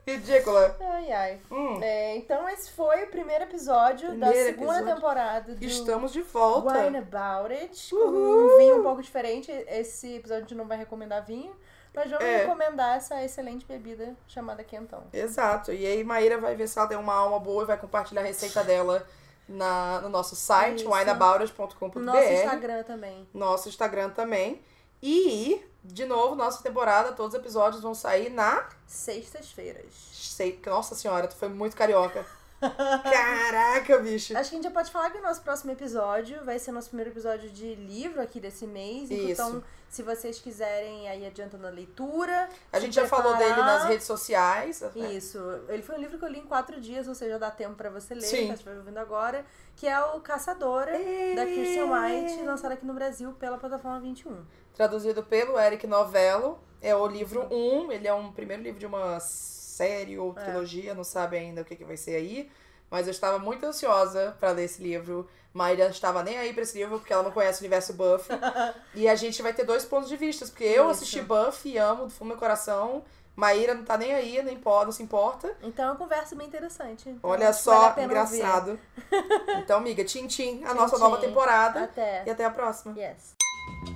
S1: Ridícula.
S2: Ai, ai.
S1: Hum,
S2: É, então esse foi o primeiro episódio da
S1: Primeiro
S2: segunda
S1: episódio.
S2: temporada do
S1: estamos de volta.
S2: Wine About It, com um vinho um pouco diferente. Esse episódio a gente não vai recomendar vinho, mas vamos
S1: É.
S2: recomendar essa excelente bebida chamada Quentão.
S1: Exato. E aí Maíra vai ver se ela tem uma alma boa e vai compartilhar a receita dela na, no nosso site,
S2: Isso.
S1: wineaboutas.com.br.
S2: No nosso Instagram também.
S1: nosso Instagram também. E, de novo, nossa temporada, todos os episódios vão sair na.
S2: Sextas-feiras.
S1: Sei, nossa senhora, tu foi muito carioca. Caraca, bicho.
S2: Acho que a gente já pode falar que o nosso próximo episódio vai ser nosso primeiro episódio de livro aqui desse mês.
S1: Isso.
S2: Então, se vocês quiserem, aí adiantando a leitura.
S1: A
S2: se
S1: gente já falou
S2: preparar.
S1: dele nas redes sociais.
S2: Isso. Ele foi um livro que eu li em quatro dias, ou seja, dá tempo pra você ler,
S1: Sim.
S2: que você vai ouvindo agora, que é o Caçadora, da Kirsten White, lançado aqui no Brasil pela plataforma 21.
S1: Traduzido pelo Eric Novello. É o livro 1, ele é um primeiro livro de uma série
S2: É.
S1: ou trilogia, não sabe ainda o que, que vai ser aí. Mas eu estava muito ansiosa pra ler esse livro. Maíra não estava nem aí pra esse livro, porque ela não conhece o universo Buffy. e a gente vai ter dois pontos de vista, porque eu
S2: Isso.
S1: assisti Buffy e amo do fundo do meu coração. Maíra não tá nem aí, nem pode, não se importa.
S2: Então é uma conversa bem interessante. Então,
S1: Olha
S2: acho que
S1: só,
S2: vale a pena
S1: engraçado. então, amiga, tchim, tchim, a
S2: Tchim,
S1: nossa nova
S2: tchim.
S1: temporada.
S2: ouvir. Até.
S1: E até a próxima.
S2: Yes.